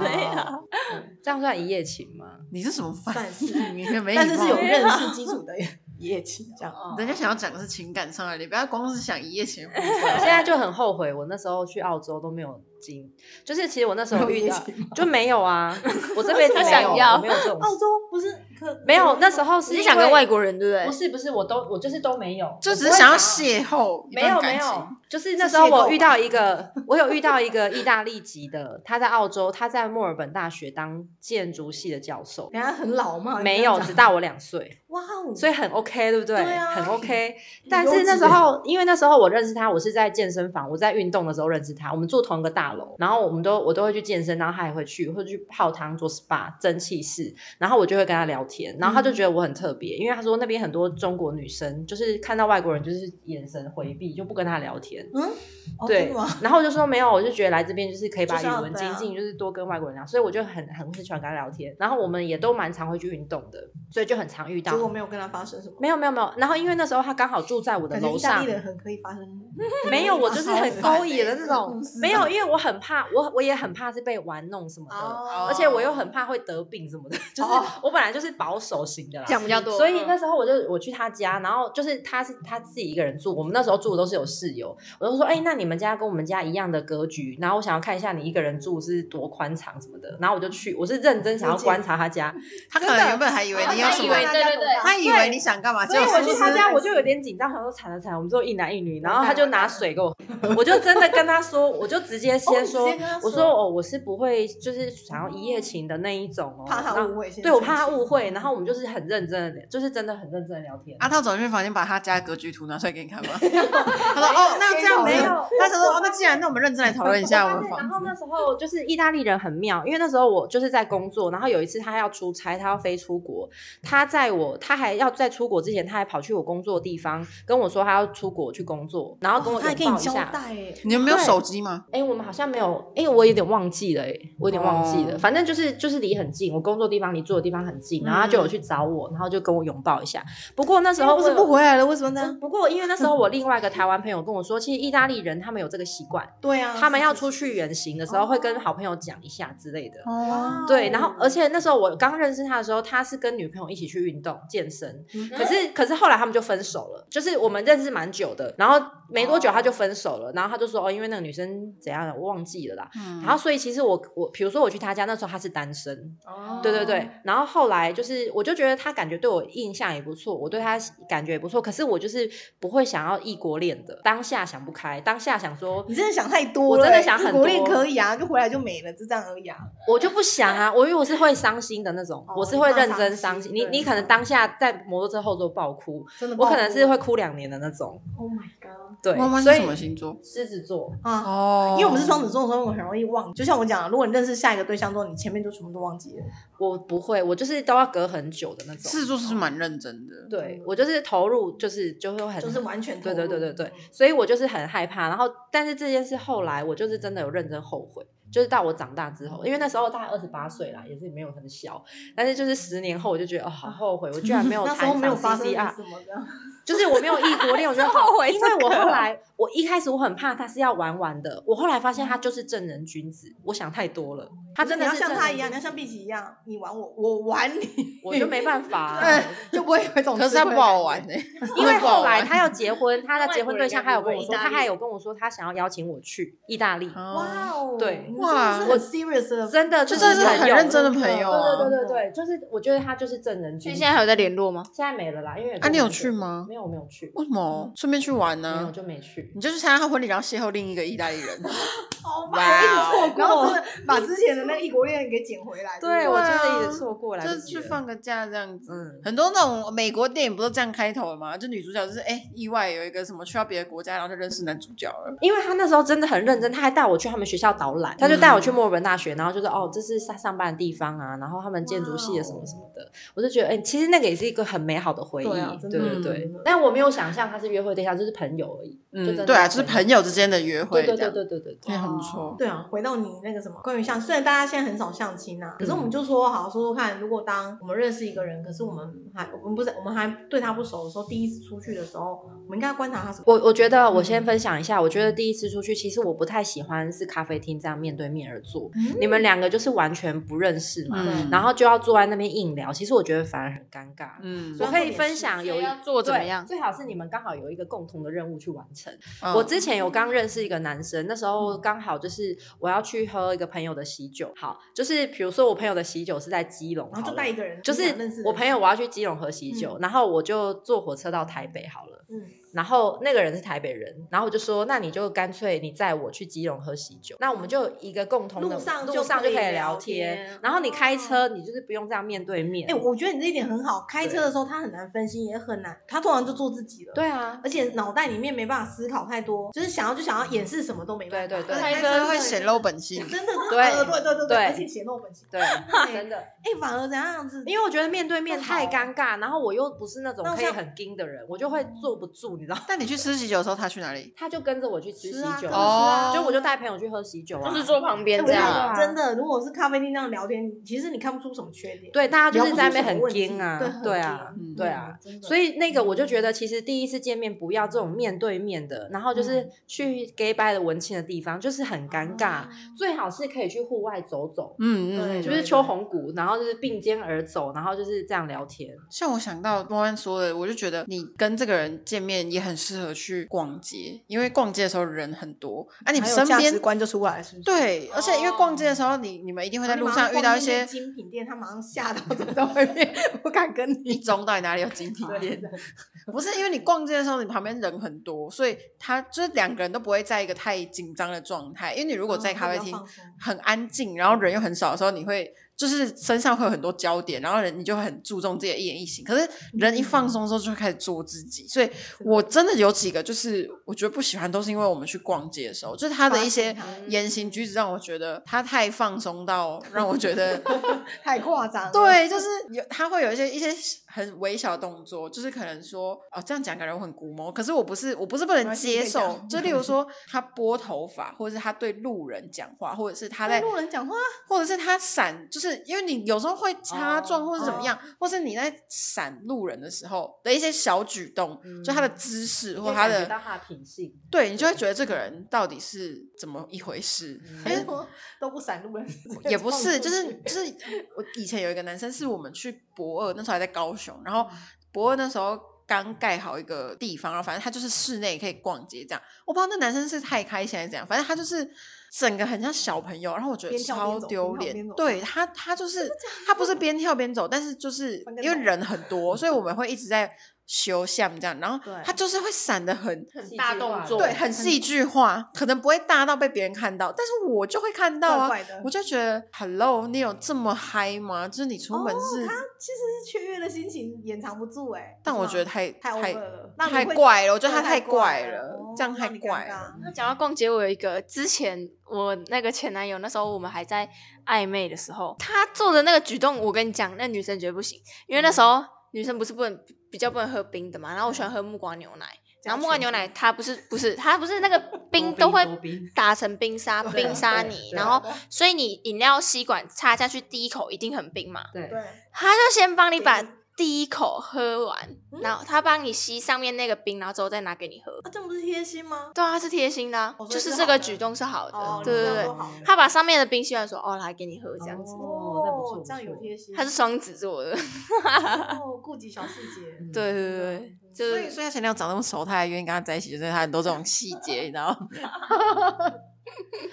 [SPEAKER 2] 对
[SPEAKER 3] 啊，这样算一夜情吗？
[SPEAKER 1] 你是什么饭？
[SPEAKER 2] 算是，
[SPEAKER 1] 你也没礼貌
[SPEAKER 2] 但是是有认识基 础的一夜情这样。
[SPEAKER 3] 哦
[SPEAKER 1] 人家想要讲的是情感上来，你不要光是想一夜情。
[SPEAKER 3] 我啊现在就很后悔，我那时候去澳洲都没有经，就是其实我那时候
[SPEAKER 2] 没有
[SPEAKER 3] 遇到
[SPEAKER 2] 夜情
[SPEAKER 3] 就没有啊，我这 辈子
[SPEAKER 4] 他
[SPEAKER 3] 没
[SPEAKER 4] 想
[SPEAKER 3] 有，
[SPEAKER 4] 要
[SPEAKER 3] 我没有这种
[SPEAKER 2] 澳洲不是可
[SPEAKER 3] 没有，那时候是
[SPEAKER 4] 你
[SPEAKER 3] 因
[SPEAKER 4] 是想跟
[SPEAKER 3] 为
[SPEAKER 4] 外国人对不对
[SPEAKER 3] 不？是不是，我都我就是都没有，
[SPEAKER 1] 就
[SPEAKER 3] 我
[SPEAKER 1] 只
[SPEAKER 3] 不
[SPEAKER 1] 是
[SPEAKER 3] 会
[SPEAKER 1] 想要
[SPEAKER 3] 想
[SPEAKER 1] 邂逅一
[SPEAKER 3] 没有
[SPEAKER 1] 段感
[SPEAKER 3] 没有
[SPEAKER 1] 情，，
[SPEAKER 3] 就是那
[SPEAKER 2] 是
[SPEAKER 3] 时候
[SPEAKER 2] 邂逅
[SPEAKER 3] 我遇到一个，我有遇到一个意大利籍的，他在澳洲，他在墨尔本大学当建筑系的教授，
[SPEAKER 2] 人家很老嘛，
[SPEAKER 3] 没有，只大我两岁，
[SPEAKER 2] 哇哦，
[SPEAKER 3] 所以很 OK，对不对？
[SPEAKER 2] 对啊
[SPEAKER 3] 很 OK。
[SPEAKER 2] 以
[SPEAKER 3] 但是那时候，因为那时候我认识他，我是在健身房，我在运动的时候认识他，我们住同一个大楼，然后我们都我都会去健身，然后他也会去，会去泡汤做 SPA 蒸汽室，然后我就会跟他聊天，然后他就觉得我很特别，因为他说那边很多中国女生，就是看到外国人就是眼神回避，就不跟他聊天。
[SPEAKER 2] 哦真
[SPEAKER 3] 对
[SPEAKER 2] 的吗？，
[SPEAKER 3] 然后我就说没有，我就觉得来这边就是可以把
[SPEAKER 2] 就是
[SPEAKER 3] 语
[SPEAKER 2] 要
[SPEAKER 3] 文
[SPEAKER 2] 对啊
[SPEAKER 3] 精进，就是多跟外国人聊，所以我就很很会喜欢跟他聊天。然后我们也都蛮常会去运动的，所以就很常遇到
[SPEAKER 2] 结。果没有跟他发生什么，
[SPEAKER 3] 没有没有没有，然后因为那时候他刚好住在我的
[SPEAKER 2] 感觉
[SPEAKER 3] 楼
[SPEAKER 2] 意大
[SPEAKER 3] 上
[SPEAKER 2] 利，人很可以发生，
[SPEAKER 3] 没有我就是很
[SPEAKER 2] 超
[SPEAKER 3] 勾引的那种，没有，因为我很怕，我我也很怕是被玩弄什么的，
[SPEAKER 2] 哦
[SPEAKER 3] 而且我又很怕会得病什么的，就是
[SPEAKER 2] 哦
[SPEAKER 3] 我本来就是保守型的啦，
[SPEAKER 4] 讲比较多，
[SPEAKER 3] 所以那
[SPEAKER 4] 嗯
[SPEAKER 3] 时候我就我去他家，然后就是他是他自己一个人住，我们那时候住的都是有室友，我就说，哎、那你们家跟我们家一样的格局，然后我想要看一下你一个人住是多宽敞什么的，然后我就去，我是认真想要观察他家，
[SPEAKER 1] 他可
[SPEAKER 3] 真的
[SPEAKER 1] 能原本还以为
[SPEAKER 4] 哦
[SPEAKER 1] 你有
[SPEAKER 4] 他
[SPEAKER 1] 什
[SPEAKER 4] 以
[SPEAKER 1] 么
[SPEAKER 4] 为，对对对
[SPEAKER 1] 他以为你想干嘛，
[SPEAKER 3] 所以我去他家，我就有
[SPEAKER 1] 点
[SPEAKER 3] 点紧张，想说惨了惨了，我们只有一男一女，然后他就拿水给 我，我就真的跟他说，我就直接先说，
[SPEAKER 2] 哦你直接跟他说
[SPEAKER 3] 我说哦，我是不会就是想要一夜情的那一种哦，
[SPEAKER 2] 怕
[SPEAKER 3] 然
[SPEAKER 2] 他
[SPEAKER 3] 后
[SPEAKER 2] 误会先生气，
[SPEAKER 3] 对我怕他误会，嗯然后我们就是很认真的，就是真的很认真的聊天。
[SPEAKER 1] 阿涛走进房间，把他家的格局图拿出来给你看吗？他 说：“哦，那这样
[SPEAKER 3] 没有
[SPEAKER 1] 子。”他想说：“哦，那既然那我们认真来讨论一下我们
[SPEAKER 3] 然
[SPEAKER 1] 房
[SPEAKER 3] 后
[SPEAKER 1] 子。
[SPEAKER 3] 那时候就是意大利人很妙，因为那时候我就是在工作，然后有一次他要出差，他要飞出国，他在我他还要在出国之前，他还跑去我工作的地方跟我说他要出国去工作，然后跟我
[SPEAKER 2] 他还
[SPEAKER 3] 拥
[SPEAKER 2] 给你
[SPEAKER 3] 抱一
[SPEAKER 2] 交
[SPEAKER 3] 下。
[SPEAKER 2] 代欸耶，
[SPEAKER 1] 你们没有
[SPEAKER 3] 对
[SPEAKER 1] 手机吗？
[SPEAKER 3] 哎、我们好像没有，哎、我有点忘记了、哎，我有点忘记了。
[SPEAKER 1] 哦
[SPEAKER 3] 反正就是就是离很近，我工作地方离住的地方很近，然后他就有去找我，然后就跟我拥抱一下。不过那时候
[SPEAKER 2] 嗯不是
[SPEAKER 3] 我有
[SPEAKER 2] 不回啊来了，为什么呢？
[SPEAKER 3] 不过因为那时候我另外一个台湾朋友跟我说，其实意大利人他们有这个习惯，
[SPEAKER 2] 对啊，
[SPEAKER 3] 他们要出
[SPEAKER 2] 去，
[SPEAKER 3] 去远行的时
[SPEAKER 2] 哦
[SPEAKER 3] 候会跟好朋友讲一下之类的。
[SPEAKER 1] 哦，
[SPEAKER 3] 对，然后而且那时候我刚认识他的时候，他是跟女朋友一起去运动健身，
[SPEAKER 2] 嗯
[SPEAKER 3] 可是可是后来他们就分手了，就是我们认识蛮久的，然后没多久他就分手了，然后他就说哦，因为那个女生怎样了，我忘记了啦。
[SPEAKER 2] 嗯
[SPEAKER 1] 嗯
[SPEAKER 3] 然后所以其实我我比如说我去他家那时候他是单身，
[SPEAKER 2] 哦
[SPEAKER 3] 对对对，然后后来就是我就觉得他感觉对我印象也不错，我对他感觉也不错，可是我就是不会想要异国恋的，当下想不开，当下想说
[SPEAKER 2] 你真的想太多了，欸
[SPEAKER 3] 我真的想很多
[SPEAKER 2] 异国恋可以啊，就回来就没了，就这样而已啊。
[SPEAKER 3] 我就不想啊，我因为我是会伤心的那种，
[SPEAKER 2] 哦
[SPEAKER 3] 我是会认真
[SPEAKER 2] 你怕伤
[SPEAKER 3] 伤
[SPEAKER 2] 心
[SPEAKER 3] 心。你
[SPEAKER 2] 对
[SPEAKER 3] 你可能当下在摩托车后座爆哭，
[SPEAKER 2] 真的
[SPEAKER 3] 我
[SPEAKER 2] 爆哭，
[SPEAKER 3] 可能是会哭两年的那种。
[SPEAKER 2] ，Oh my god，
[SPEAKER 3] 对
[SPEAKER 1] 妈妈，是
[SPEAKER 3] 所
[SPEAKER 1] 什么
[SPEAKER 3] 以
[SPEAKER 1] 星座？
[SPEAKER 3] 狮子座，
[SPEAKER 2] 啊。
[SPEAKER 1] 哦，
[SPEAKER 2] 因为我们是双子座，所以我很容易忘。就像我讲的，如果你认识下一个对象之后，你前面就全部都忘记了。
[SPEAKER 3] 我不会，我就是都要隔很久的那种
[SPEAKER 1] 狮。子座是蛮认真的。
[SPEAKER 3] 对我就是投入，就是就会很
[SPEAKER 2] 嗯就是完全投嗯
[SPEAKER 3] 对
[SPEAKER 2] 入
[SPEAKER 3] 对对对对，所以我就是很害怕。然后，但是这件事后来我就是真的有认真后悔，就是到我长大之后，因为那时候大概二十八岁啦，也是没有很小，但是就是十年后我就觉得哦，好后悔，我居然没有
[SPEAKER 2] 啊那时
[SPEAKER 3] 谈
[SPEAKER 2] 候
[SPEAKER 3] 上
[SPEAKER 2] 没有发生
[SPEAKER 3] CCR
[SPEAKER 2] 什。么这样，
[SPEAKER 3] 就是我没有异国恋，我觉得好
[SPEAKER 4] 后悔
[SPEAKER 3] 因
[SPEAKER 4] 这
[SPEAKER 3] 为我
[SPEAKER 4] 个
[SPEAKER 3] 后来我一开始我很怕他是要玩玩的，我后来发现他就是正人君子，我想太多了，他真
[SPEAKER 2] 你
[SPEAKER 3] 的
[SPEAKER 2] 要
[SPEAKER 3] 是
[SPEAKER 2] 像
[SPEAKER 3] 正
[SPEAKER 2] 他
[SPEAKER 3] 人
[SPEAKER 2] 一样，你
[SPEAKER 3] 君
[SPEAKER 2] 要
[SPEAKER 3] 子
[SPEAKER 2] 像碧琪一样，你玩我，我玩 你，
[SPEAKER 3] 我就没办法啊、
[SPEAKER 1] 嗯
[SPEAKER 2] 就不会有一种
[SPEAKER 1] 可是他
[SPEAKER 2] 吃亏
[SPEAKER 1] 不
[SPEAKER 2] 的
[SPEAKER 1] 好
[SPEAKER 2] 感
[SPEAKER 1] 玩欸
[SPEAKER 2] 觉
[SPEAKER 1] 呢、
[SPEAKER 3] 因为
[SPEAKER 1] 不好
[SPEAKER 3] 后来
[SPEAKER 1] 玩
[SPEAKER 3] 他要结婚，他的结婚对象
[SPEAKER 4] 外
[SPEAKER 3] 还有跟
[SPEAKER 4] 国人
[SPEAKER 3] 我
[SPEAKER 4] 也
[SPEAKER 3] 说，
[SPEAKER 4] 不会
[SPEAKER 3] 他
[SPEAKER 4] 意大利
[SPEAKER 3] 还有跟我说他想要邀请我去意大
[SPEAKER 1] 嗯
[SPEAKER 3] 利，
[SPEAKER 2] 哇哦，
[SPEAKER 3] 对
[SPEAKER 2] 你
[SPEAKER 1] 哇
[SPEAKER 2] 真的是很 serious 的，
[SPEAKER 3] 真的
[SPEAKER 1] 这
[SPEAKER 3] 就
[SPEAKER 1] 真的是
[SPEAKER 3] 朋
[SPEAKER 1] 很
[SPEAKER 3] 友
[SPEAKER 1] 认真的朋友啊！
[SPEAKER 3] 对对对对，就是我觉得他就是正人
[SPEAKER 4] 所
[SPEAKER 3] 君
[SPEAKER 4] 以
[SPEAKER 3] 子。
[SPEAKER 4] 现在还有在联络吗？
[SPEAKER 3] 现在没了啦，因为
[SPEAKER 1] 啊，你有去
[SPEAKER 3] 去？
[SPEAKER 1] 吗？嗯
[SPEAKER 3] 没有，我没有去，
[SPEAKER 1] 为什么？顺便去玩
[SPEAKER 3] 没有
[SPEAKER 1] 呢？
[SPEAKER 3] 就没去。
[SPEAKER 1] 你就去参加他婚礼，然后邂逅另一个意大利人。
[SPEAKER 2] 好
[SPEAKER 1] 哇
[SPEAKER 2] 吧，我一直错
[SPEAKER 1] 哦
[SPEAKER 2] 过，然后真的把之前的那异国恋给捡回来。
[SPEAKER 3] 对，
[SPEAKER 2] 不
[SPEAKER 3] 我
[SPEAKER 1] 对啊
[SPEAKER 3] 真的一直错过来不
[SPEAKER 1] 就
[SPEAKER 3] 及了，
[SPEAKER 1] 是去放个假这样子。
[SPEAKER 3] 嗯。
[SPEAKER 1] 很多那种美国电影不都这样开头的吗？就女主角就是哎、意外有一个什么去到别的国家，然后就认识男主角了。
[SPEAKER 3] 因为他那时候真的很认真，他还带我去他们学校导览，他就带我
[SPEAKER 1] 嗯
[SPEAKER 3] 去墨尔本大学，然后就说哦，这是他上班的地方啊，然后他们建筑系的什么
[SPEAKER 1] 哦
[SPEAKER 3] 什么的，我就觉得，哎、其实那个也是一个很美好的回忆，
[SPEAKER 2] 对啊真的
[SPEAKER 3] 对对对
[SPEAKER 2] 嗯。
[SPEAKER 3] 但我没有想象他是约会对象，就是朋友而已。就真的
[SPEAKER 1] 嗯，对啊，就是
[SPEAKER 3] 是
[SPEAKER 1] 朋友之间的约会这
[SPEAKER 3] 对对对
[SPEAKER 1] 样，
[SPEAKER 3] 对对对对。
[SPEAKER 1] 也很不错。
[SPEAKER 2] 对啊，回到你那个什么关于相，虽然大家现在很少相亲啊，可是我
[SPEAKER 3] 嗯
[SPEAKER 2] 们就说好说说看，如果当我们认识一个人，可是我们还我们不是我们还对他不熟的时候，第一次出去的时候，我们应该观察他什么？
[SPEAKER 3] 我我觉得我
[SPEAKER 1] 嗯
[SPEAKER 3] 先分享一下，我觉得第一次出去，其实我不太喜欢是咖啡厅这样面对面而坐，
[SPEAKER 2] 嗯
[SPEAKER 3] 你们两个就是完全不认识嘛，
[SPEAKER 1] 嗯，
[SPEAKER 3] 然后就要坐在那边硬聊，其实我觉得反而很尴尬。
[SPEAKER 1] 嗯，
[SPEAKER 3] 我可以分享有一
[SPEAKER 4] 所以要做怎么样
[SPEAKER 3] 啊对最好是你们刚好有一个共同的任务去完
[SPEAKER 1] 嗯
[SPEAKER 3] 成。我之前有刚认识一个男生，那时
[SPEAKER 2] 嗯
[SPEAKER 3] 候刚好就是我要去喝一个朋友的喜酒，好，就是比如说我朋友的喜酒是在基隆，
[SPEAKER 2] 然后
[SPEAKER 3] 好
[SPEAKER 2] 就
[SPEAKER 3] 了
[SPEAKER 2] 带一个人，嗯
[SPEAKER 3] 就
[SPEAKER 2] 你想认识
[SPEAKER 3] 是
[SPEAKER 2] 的
[SPEAKER 3] 我朋友我要啊去基隆喝喜酒，然后我就坐火车到台北好了。
[SPEAKER 2] 人，嗯，
[SPEAKER 3] 然后那个人是台北人，然后我就说，那你就干脆你载我去基隆喝喜酒，那我们就有一个共同的
[SPEAKER 2] 路上就
[SPEAKER 3] 路上就可
[SPEAKER 2] 可以
[SPEAKER 3] 以聊
[SPEAKER 2] 聊天嗯
[SPEAKER 3] 然后你开车，你就是不用这样面对面。
[SPEAKER 2] 哎、我觉得你这一点很好。开车的时候他很难分心，也很难。他通常就做自己了。
[SPEAKER 3] 对啊，
[SPEAKER 2] 而且脑袋里面没办法思考太多，就是想要就想要掩饰什么都没办法。
[SPEAKER 3] 对对对
[SPEAKER 1] 开
[SPEAKER 4] 开
[SPEAKER 1] 车
[SPEAKER 4] 车
[SPEAKER 1] 会
[SPEAKER 4] 会
[SPEAKER 1] 显
[SPEAKER 4] 显
[SPEAKER 1] 露本性，
[SPEAKER 2] 真的，
[SPEAKER 3] 对
[SPEAKER 2] 呃对对对
[SPEAKER 3] 对
[SPEAKER 2] 而且显露本性。
[SPEAKER 3] 对， 真的，
[SPEAKER 2] 哎、反而这样子，
[SPEAKER 3] 因为我觉得面对面
[SPEAKER 2] 不好啊
[SPEAKER 3] 太尴尬，然后我又不是那种
[SPEAKER 2] 那我
[SPEAKER 3] 可以
[SPEAKER 2] 像
[SPEAKER 3] 很盯的人，我就会坐不住，你知道吗。
[SPEAKER 1] 但你去吃喜酒的时候，他去哪 里？
[SPEAKER 3] 他就跟着我去吃
[SPEAKER 2] 是
[SPEAKER 3] 喜
[SPEAKER 2] 啊
[SPEAKER 3] 酒，
[SPEAKER 2] 真的是
[SPEAKER 1] 啊
[SPEAKER 3] 就我就带朋友去喝喜酒啊，
[SPEAKER 4] 就是坐旁边
[SPEAKER 2] 我
[SPEAKER 4] 这
[SPEAKER 2] 觉
[SPEAKER 4] 样
[SPEAKER 2] 得
[SPEAKER 4] 啊，
[SPEAKER 2] 真的，如果是咖啡厅那样聊天，其实你看不出什么缺点。
[SPEAKER 3] 对，大家就是在那
[SPEAKER 2] 聊
[SPEAKER 3] 边
[SPEAKER 2] 不
[SPEAKER 3] 很
[SPEAKER 2] 出什
[SPEAKER 3] 盯
[SPEAKER 2] 么
[SPEAKER 3] 啊
[SPEAKER 2] 问题，
[SPEAKER 3] 对啊，
[SPEAKER 2] 很
[SPEAKER 1] 嗯
[SPEAKER 2] 硬
[SPEAKER 3] 对啊，
[SPEAKER 2] 真的
[SPEAKER 3] 所以那个我就觉得，其实第一次见面不要这种面对面的，然后
[SPEAKER 2] 嗯
[SPEAKER 3] 就是去 gay bye 的文青的地方，就是很
[SPEAKER 2] 哦
[SPEAKER 3] 尴尬，
[SPEAKER 2] 嗯
[SPEAKER 3] 最好是可以去户外走走，
[SPEAKER 1] 嗯
[SPEAKER 2] 对
[SPEAKER 1] 嗯，
[SPEAKER 3] 就
[SPEAKER 1] 嗯
[SPEAKER 3] 是秋红谷，然后就是并肩而走，然后就是这样聊 天。
[SPEAKER 1] 像我想到弯弯说的，我就觉得你跟这个人见面也很适合去逛街，因为逛街的时候人很多，啊，你
[SPEAKER 2] 还
[SPEAKER 1] 们
[SPEAKER 2] 有
[SPEAKER 1] 身
[SPEAKER 2] 价值
[SPEAKER 1] 边
[SPEAKER 2] 观就出来了，是不是？
[SPEAKER 1] 对，而且因为
[SPEAKER 4] 哦
[SPEAKER 1] 逛街的时候，你你们一定会
[SPEAKER 2] 然后
[SPEAKER 1] 在
[SPEAKER 2] 哦
[SPEAKER 1] 路
[SPEAKER 2] 你马
[SPEAKER 1] 上遇
[SPEAKER 2] 逛
[SPEAKER 1] 到
[SPEAKER 2] 那
[SPEAKER 1] 一
[SPEAKER 2] 间
[SPEAKER 1] 些
[SPEAKER 2] 精品店，他马上吓到走到外面，不敢跟
[SPEAKER 1] 一
[SPEAKER 2] 你。
[SPEAKER 1] 中到底哪里有精品店？不是因为你逛街的时候，你旁边人很多，所以他就是两个人都不会在一个太紧张的状态。因为你如
[SPEAKER 2] 如
[SPEAKER 1] 果在咖啡厅很安静，然后人又很少的时候，你会就是身上会有很多焦点，然后人你就会很注重自己的一言一行。可
[SPEAKER 2] 嗯
[SPEAKER 1] 是人一放松之后，就会开始做自己。所以我真的有几个就是我觉得不喜欢，都是因为我们去逛街的时候，就是他的一些
[SPEAKER 2] 发现
[SPEAKER 1] 言行举止让我觉得他太放松到让我觉得。
[SPEAKER 2] 太夸张了，
[SPEAKER 1] 对，就是有他会有一些一些很微小的动作，就是可能说哦，这样讲感觉我很古摸，可是我不是我不是不能
[SPEAKER 2] 关系
[SPEAKER 1] 接
[SPEAKER 2] 可以
[SPEAKER 1] 受
[SPEAKER 2] 讲，
[SPEAKER 1] 就 例如说他拨头发，或者是他对路人讲话，或者是他在
[SPEAKER 2] 跟，哦路人讲话，
[SPEAKER 1] 或者是他闪，就是因为你有时候会擦撞
[SPEAKER 3] 哦
[SPEAKER 1] 或者怎么样，或是你在闪路人的时候的一些小举动，就他的
[SPEAKER 2] 嗯
[SPEAKER 1] 姿势或
[SPEAKER 3] 会
[SPEAKER 1] 他
[SPEAKER 3] 感觉
[SPEAKER 1] 的
[SPEAKER 3] 到，他的品性，
[SPEAKER 1] 对你就会觉得这个人到底是怎么一回事，
[SPEAKER 2] 还
[SPEAKER 1] 就是
[SPEAKER 2] 是说哎都不闪路人，
[SPEAKER 1] 也不是，就是
[SPEAKER 2] 直接撞出去
[SPEAKER 1] 就是我以前有一个男生，是我们去博二，那时候还在高雄，然
[SPEAKER 2] 嗯
[SPEAKER 1] 后博二那时候刚盖好一个地方，然后反正他就是室内可以逛街这样。我不知道那男生是太开心还是怎样，反正他就是整个很像小朋友，然后我觉得
[SPEAKER 2] 边跳边
[SPEAKER 1] 超
[SPEAKER 2] 走
[SPEAKER 1] 丢
[SPEAKER 2] 边跳
[SPEAKER 1] 脸
[SPEAKER 2] 边。走嗯
[SPEAKER 1] 对他，他就是他不是边跳边走，但是就是
[SPEAKER 2] 翻跟
[SPEAKER 1] 因为
[SPEAKER 2] 斗
[SPEAKER 1] 人很多，所以 我们会一直在修像这样，然后
[SPEAKER 2] 对
[SPEAKER 1] 他就是会闪的很
[SPEAKER 3] 很
[SPEAKER 4] 大动作
[SPEAKER 1] 对，很戏剧化，可能不会大到被别人看到，但是我就会看到啊。
[SPEAKER 2] 怪怪的
[SPEAKER 1] 我就觉得，Hello，你有这么嗨吗？就是你出门是，
[SPEAKER 2] 他其实是雀跃的心情掩藏不住哎，
[SPEAKER 1] 但我
[SPEAKER 2] 是吗
[SPEAKER 1] 觉得太
[SPEAKER 2] 太 over
[SPEAKER 1] 太
[SPEAKER 2] 了，让你
[SPEAKER 1] 太
[SPEAKER 2] 会
[SPEAKER 1] 怪了，我觉得他
[SPEAKER 2] 真的太
[SPEAKER 1] 怪
[SPEAKER 2] 怪
[SPEAKER 1] 了，
[SPEAKER 2] 哦
[SPEAKER 1] 这样太
[SPEAKER 2] 让你尴
[SPEAKER 1] 怪
[SPEAKER 2] 尬
[SPEAKER 1] 了。
[SPEAKER 4] 那讲到逛街，我有一个之前我那个前男友，那时候我们还在暧昧的时候，
[SPEAKER 3] 嗯
[SPEAKER 4] 他做的那个举动，我跟你讲，那女生绝对不行，因为那时候
[SPEAKER 3] 嗯
[SPEAKER 4] 女生不是不能比较不能喝冰的嘛，然后我喜欢喝木瓜牛奶，
[SPEAKER 3] 嗯
[SPEAKER 4] 然后木瓜牛奶它不是不是它不 是那个冰都会
[SPEAKER 3] 多哦冰
[SPEAKER 4] 打成冰沙冰沙泥，
[SPEAKER 3] 对啊
[SPEAKER 4] 然后所以你饮料吸管插下去第一口一定很冰嘛，
[SPEAKER 3] 对
[SPEAKER 2] 对，啊
[SPEAKER 4] 他就先帮你把
[SPEAKER 2] 冰
[SPEAKER 4] 第一口喝完，
[SPEAKER 3] 嗯
[SPEAKER 4] 然后他帮你吸上面那个冰，然后之后再拿给你喝。
[SPEAKER 2] 啊，这不是贴心吗？
[SPEAKER 4] 对啊，是贴心的啊、
[SPEAKER 2] 哦所以
[SPEAKER 4] 就是是这
[SPEAKER 2] 好的
[SPEAKER 4] 个举动是
[SPEAKER 1] 呃
[SPEAKER 4] 好的，
[SPEAKER 2] 哦，
[SPEAKER 4] 对对
[SPEAKER 2] 你这样
[SPEAKER 4] 对
[SPEAKER 2] 说。好了
[SPEAKER 4] 他把上面的冰吸完说，哦，来给你喝这样子。
[SPEAKER 3] 哦那不错
[SPEAKER 2] 哦
[SPEAKER 3] 不，
[SPEAKER 2] 这样有
[SPEAKER 3] 错
[SPEAKER 2] 贴心，
[SPEAKER 4] 他是双子座的，
[SPEAKER 2] 哦，顾及小细节，
[SPEAKER 3] 嗯
[SPEAKER 4] 对对对对，就
[SPEAKER 1] 所以，
[SPEAKER 4] 是
[SPEAKER 1] 所以他前男友长那么熟，他还愿意跟他在一起，就是他很多这种细节，你知道吗？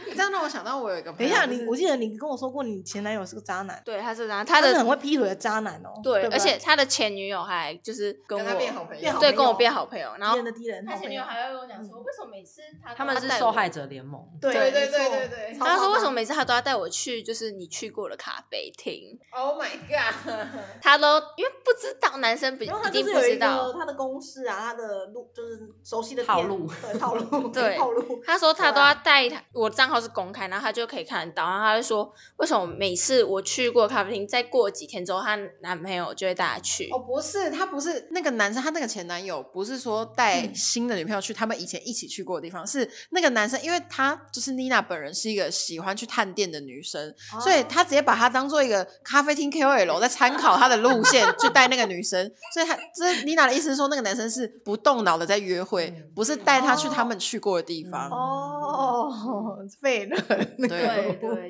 [SPEAKER 1] 这样让我想到我有一个朋
[SPEAKER 2] 等
[SPEAKER 1] 友，
[SPEAKER 2] 一下，
[SPEAKER 1] 就是
[SPEAKER 2] 你我记得你跟我说过，你前男友是个渣男，
[SPEAKER 4] 对，他是这样，他
[SPEAKER 2] 他是很
[SPEAKER 4] 的
[SPEAKER 2] 会劈腿的渣男哦。
[SPEAKER 4] 对，
[SPEAKER 2] 不
[SPEAKER 4] 而且他的前女友还就是跟
[SPEAKER 1] 跟他
[SPEAKER 4] 我
[SPEAKER 1] 变好朋
[SPEAKER 2] 变
[SPEAKER 1] 友
[SPEAKER 2] 好，
[SPEAKER 4] 对
[SPEAKER 2] 朋
[SPEAKER 4] 跟我
[SPEAKER 2] 友
[SPEAKER 4] 变好朋友，然
[SPEAKER 2] 敌
[SPEAKER 4] 后
[SPEAKER 2] 人的敌人，好朋友嗯
[SPEAKER 4] 会跟我讲
[SPEAKER 2] 说
[SPEAKER 4] 为什么每次他
[SPEAKER 3] 他们是
[SPEAKER 4] 带
[SPEAKER 3] 受
[SPEAKER 4] 我
[SPEAKER 3] 害者联盟，
[SPEAKER 2] 对
[SPEAKER 1] 对对
[SPEAKER 2] 没错
[SPEAKER 1] 对对对
[SPEAKER 2] 超
[SPEAKER 4] 他说：“
[SPEAKER 2] 夸
[SPEAKER 4] 为什
[SPEAKER 2] 张
[SPEAKER 4] 么每次他都要带我去，就是你去过的咖啡厅？
[SPEAKER 1] ？Oh my god！
[SPEAKER 4] 他都因为不知道，男生比
[SPEAKER 2] 然后他
[SPEAKER 4] 一
[SPEAKER 2] 就
[SPEAKER 4] 定
[SPEAKER 2] 是
[SPEAKER 4] 不
[SPEAKER 2] 有一
[SPEAKER 4] 知道
[SPEAKER 2] 个。他的公式啊，他的路就是熟悉的
[SPEAKER 3] 套
[SPEAKER 2] 店
[SPEAKER 3] 路
[SPEAKER 2] 对套路，
[SPEAKER 4] 对
[SPEAKER 2] 套路。
[SPEAKER 4] 他说他
[SPEAKER 2] 对
[SPEAKER 4] 都
[SPEAKER 2] 啊
[SPEAKER 4] 要带他，我账号是公开，然后他就可以看得到。然后他就说，为什么每次我去过咖啡厅，再过几天之后，她男朋友就会带她去
[SPEAKER 1] 哦，？不是，他不是那个男生，他那个前男友不是说带新的女朋友去他们以前一起去过的地方，是那个男生，因为他就是妮娜本人是一个喜欢去探店的女生，所以他直接把她当做一个咖啡厅 KOL 在参考她的路 线去带那个女生，所以他这妮娜的意思是说，那个男生是不动脑的在约会
[SPEAKER 3] 嗯，
[SPEAKER 1] 不是带她去
[SPEAKER 2] 哦
[SPEAKER 1] 他们去过的地方，
[SPEAKER 2] 哦，废人，
[SPEAKER 1] 哦对
[SPEAKER 4] 对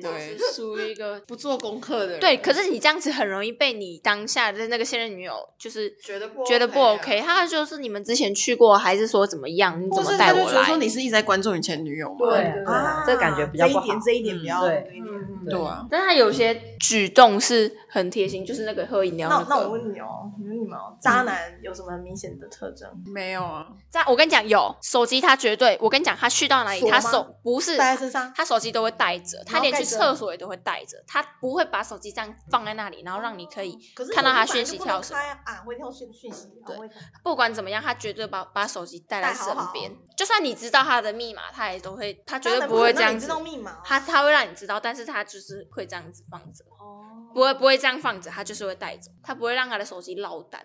[SPEAKER 1] 对
[SPEAKER 4] 就是属于一个
[SPEAKER 1] 不做功课的人，
[SPEAKER 4] 对。可是你这样子很容易被你当下的那个现任女友就是
[SPEAKER 1] 觉得不啊
[SPEAKER 4] 觉得不 OK，他就是你们之前去过，还是说怎么样？你怎
[SPEAKER 1] 或
[SPEAKER 4] 么
[SPEAKER 1] 是
[SPEAKER 4] 带
[SPEAKER 1] 他就
[SPEAKER 4] 我
[SPEAKER 1] 觉得说
[SPEAKER 4] 来？
[SPEAKER 1] 你是一直在关注你前女友吗？
[SPEAKER 3] 对对
[SPEAKER 2] 啊
[SPEAKER 3] 这个感觉比较
[SPEAKER 2] 这
[SPEAKER 3] 不
[SPEAKER 2] 一
[SPEAKER 3] 好
[SPEAKER 2] 点，这一点比
[SPEAKER 1] 嗯
[SPEAKER 2] 较这
[SPEAKER 3] 对
[SPEAKER 2] 一点
[SPEAKER 4] 嗯
[SPEAKER 1] 对啊，
[SPEAKER 4] 但是他有些举动是很贴心，就是那个喝饮料
[SPEAKER 2] 那
[SPEAKER 4] 个。
[SPEAKER 2] 那我问你哦，你问你们哦，
[SPEAKER 4] 嗯
[SPEAKER 2] 渣男有什么很明显的特征？
[SPEAKER 1] 没有啊。
[SPEAKER 4] 在我跟你讲，有手机他绝对，我跟你讲，他去到哪里，
[SPEAKER 2] 锁吗
[SPEAKER 4] 他手不是
[SPEAKER 2] 带在身上
[SPEAKER 4] 他手机都会带着，他
[SPEAKER 2] 然后
[SPEAKER 4] 连
[SPEAKER 2] 盖
[SPEAKER 4] 去
[SPEAKER 2] 着
[SPEAKER 4] 厕所也都会带着，他不会把手机这样放在那里，然后让你可以
[SPEAKER 2] 可是
[SPEAKER 4] 看到
[SPEAKER 2] 手机
[SPEAKER 4] 他
[SPEAKER 2] 本来
[SPEAKER 4] 讯
[SPEAKER 2] 就
[SPEAKER 4] 息
[SPEAKER 2] 不能
[SPEAKER 4] 跳绳。
[SPEAKER 2] 开啊，啊会跳讯讯息，啊
[SPEAKER 4] 对
[SPEAKER 2] 会跳
[SPEAKER 4] 不管怎么样，他绝对把把手机带在
[SPEAKER 2] 带
[SPEAKER 4] 身
[SPEAKER 2] 好好
[SPEAKER 4] 边。就算你知道他的密码，他也都会，他绝
[SPEAKER 2] 那
[SPEAKER 4] 对
[SPEAKER 2] 不
[SPEAKER 4] 会
[SPEAKER 2] 能
[SPEAKER 4] 这
[SPEAKER 2] 让
[SPEAKER 4] 样
[SPEAKER 2] 你
[SPEAKER 4] 子
[SPEAKER 2] 知。道密码哦，
[SPEAKER 4] 他他会让你知道，但是他就是会这样子放着，
[SPEAKER 2] 哦
[SPEAKER 4] 不会不会这样放着，他就是会带走，他不会让他的手机落单。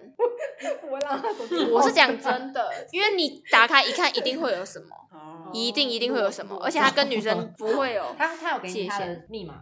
[SPEAKER 3] 我让他手机
[SPEAKER 4] 我是讲真的，啊因为你打开一看，一定会有什么，
[SPEAKER 3] 哦
[SPEAKER 4] 一定一定会有什么，而且他跟女生不会
[SPEAKER 2] 哦
[SPEAKER 4] 有
[SPEAKER 3] 他他有给你
[SPEAKER 4] 界
[SPEAKER 3] 他的
[SPEAKER 4] 限
[SPEAKER 3] 密码，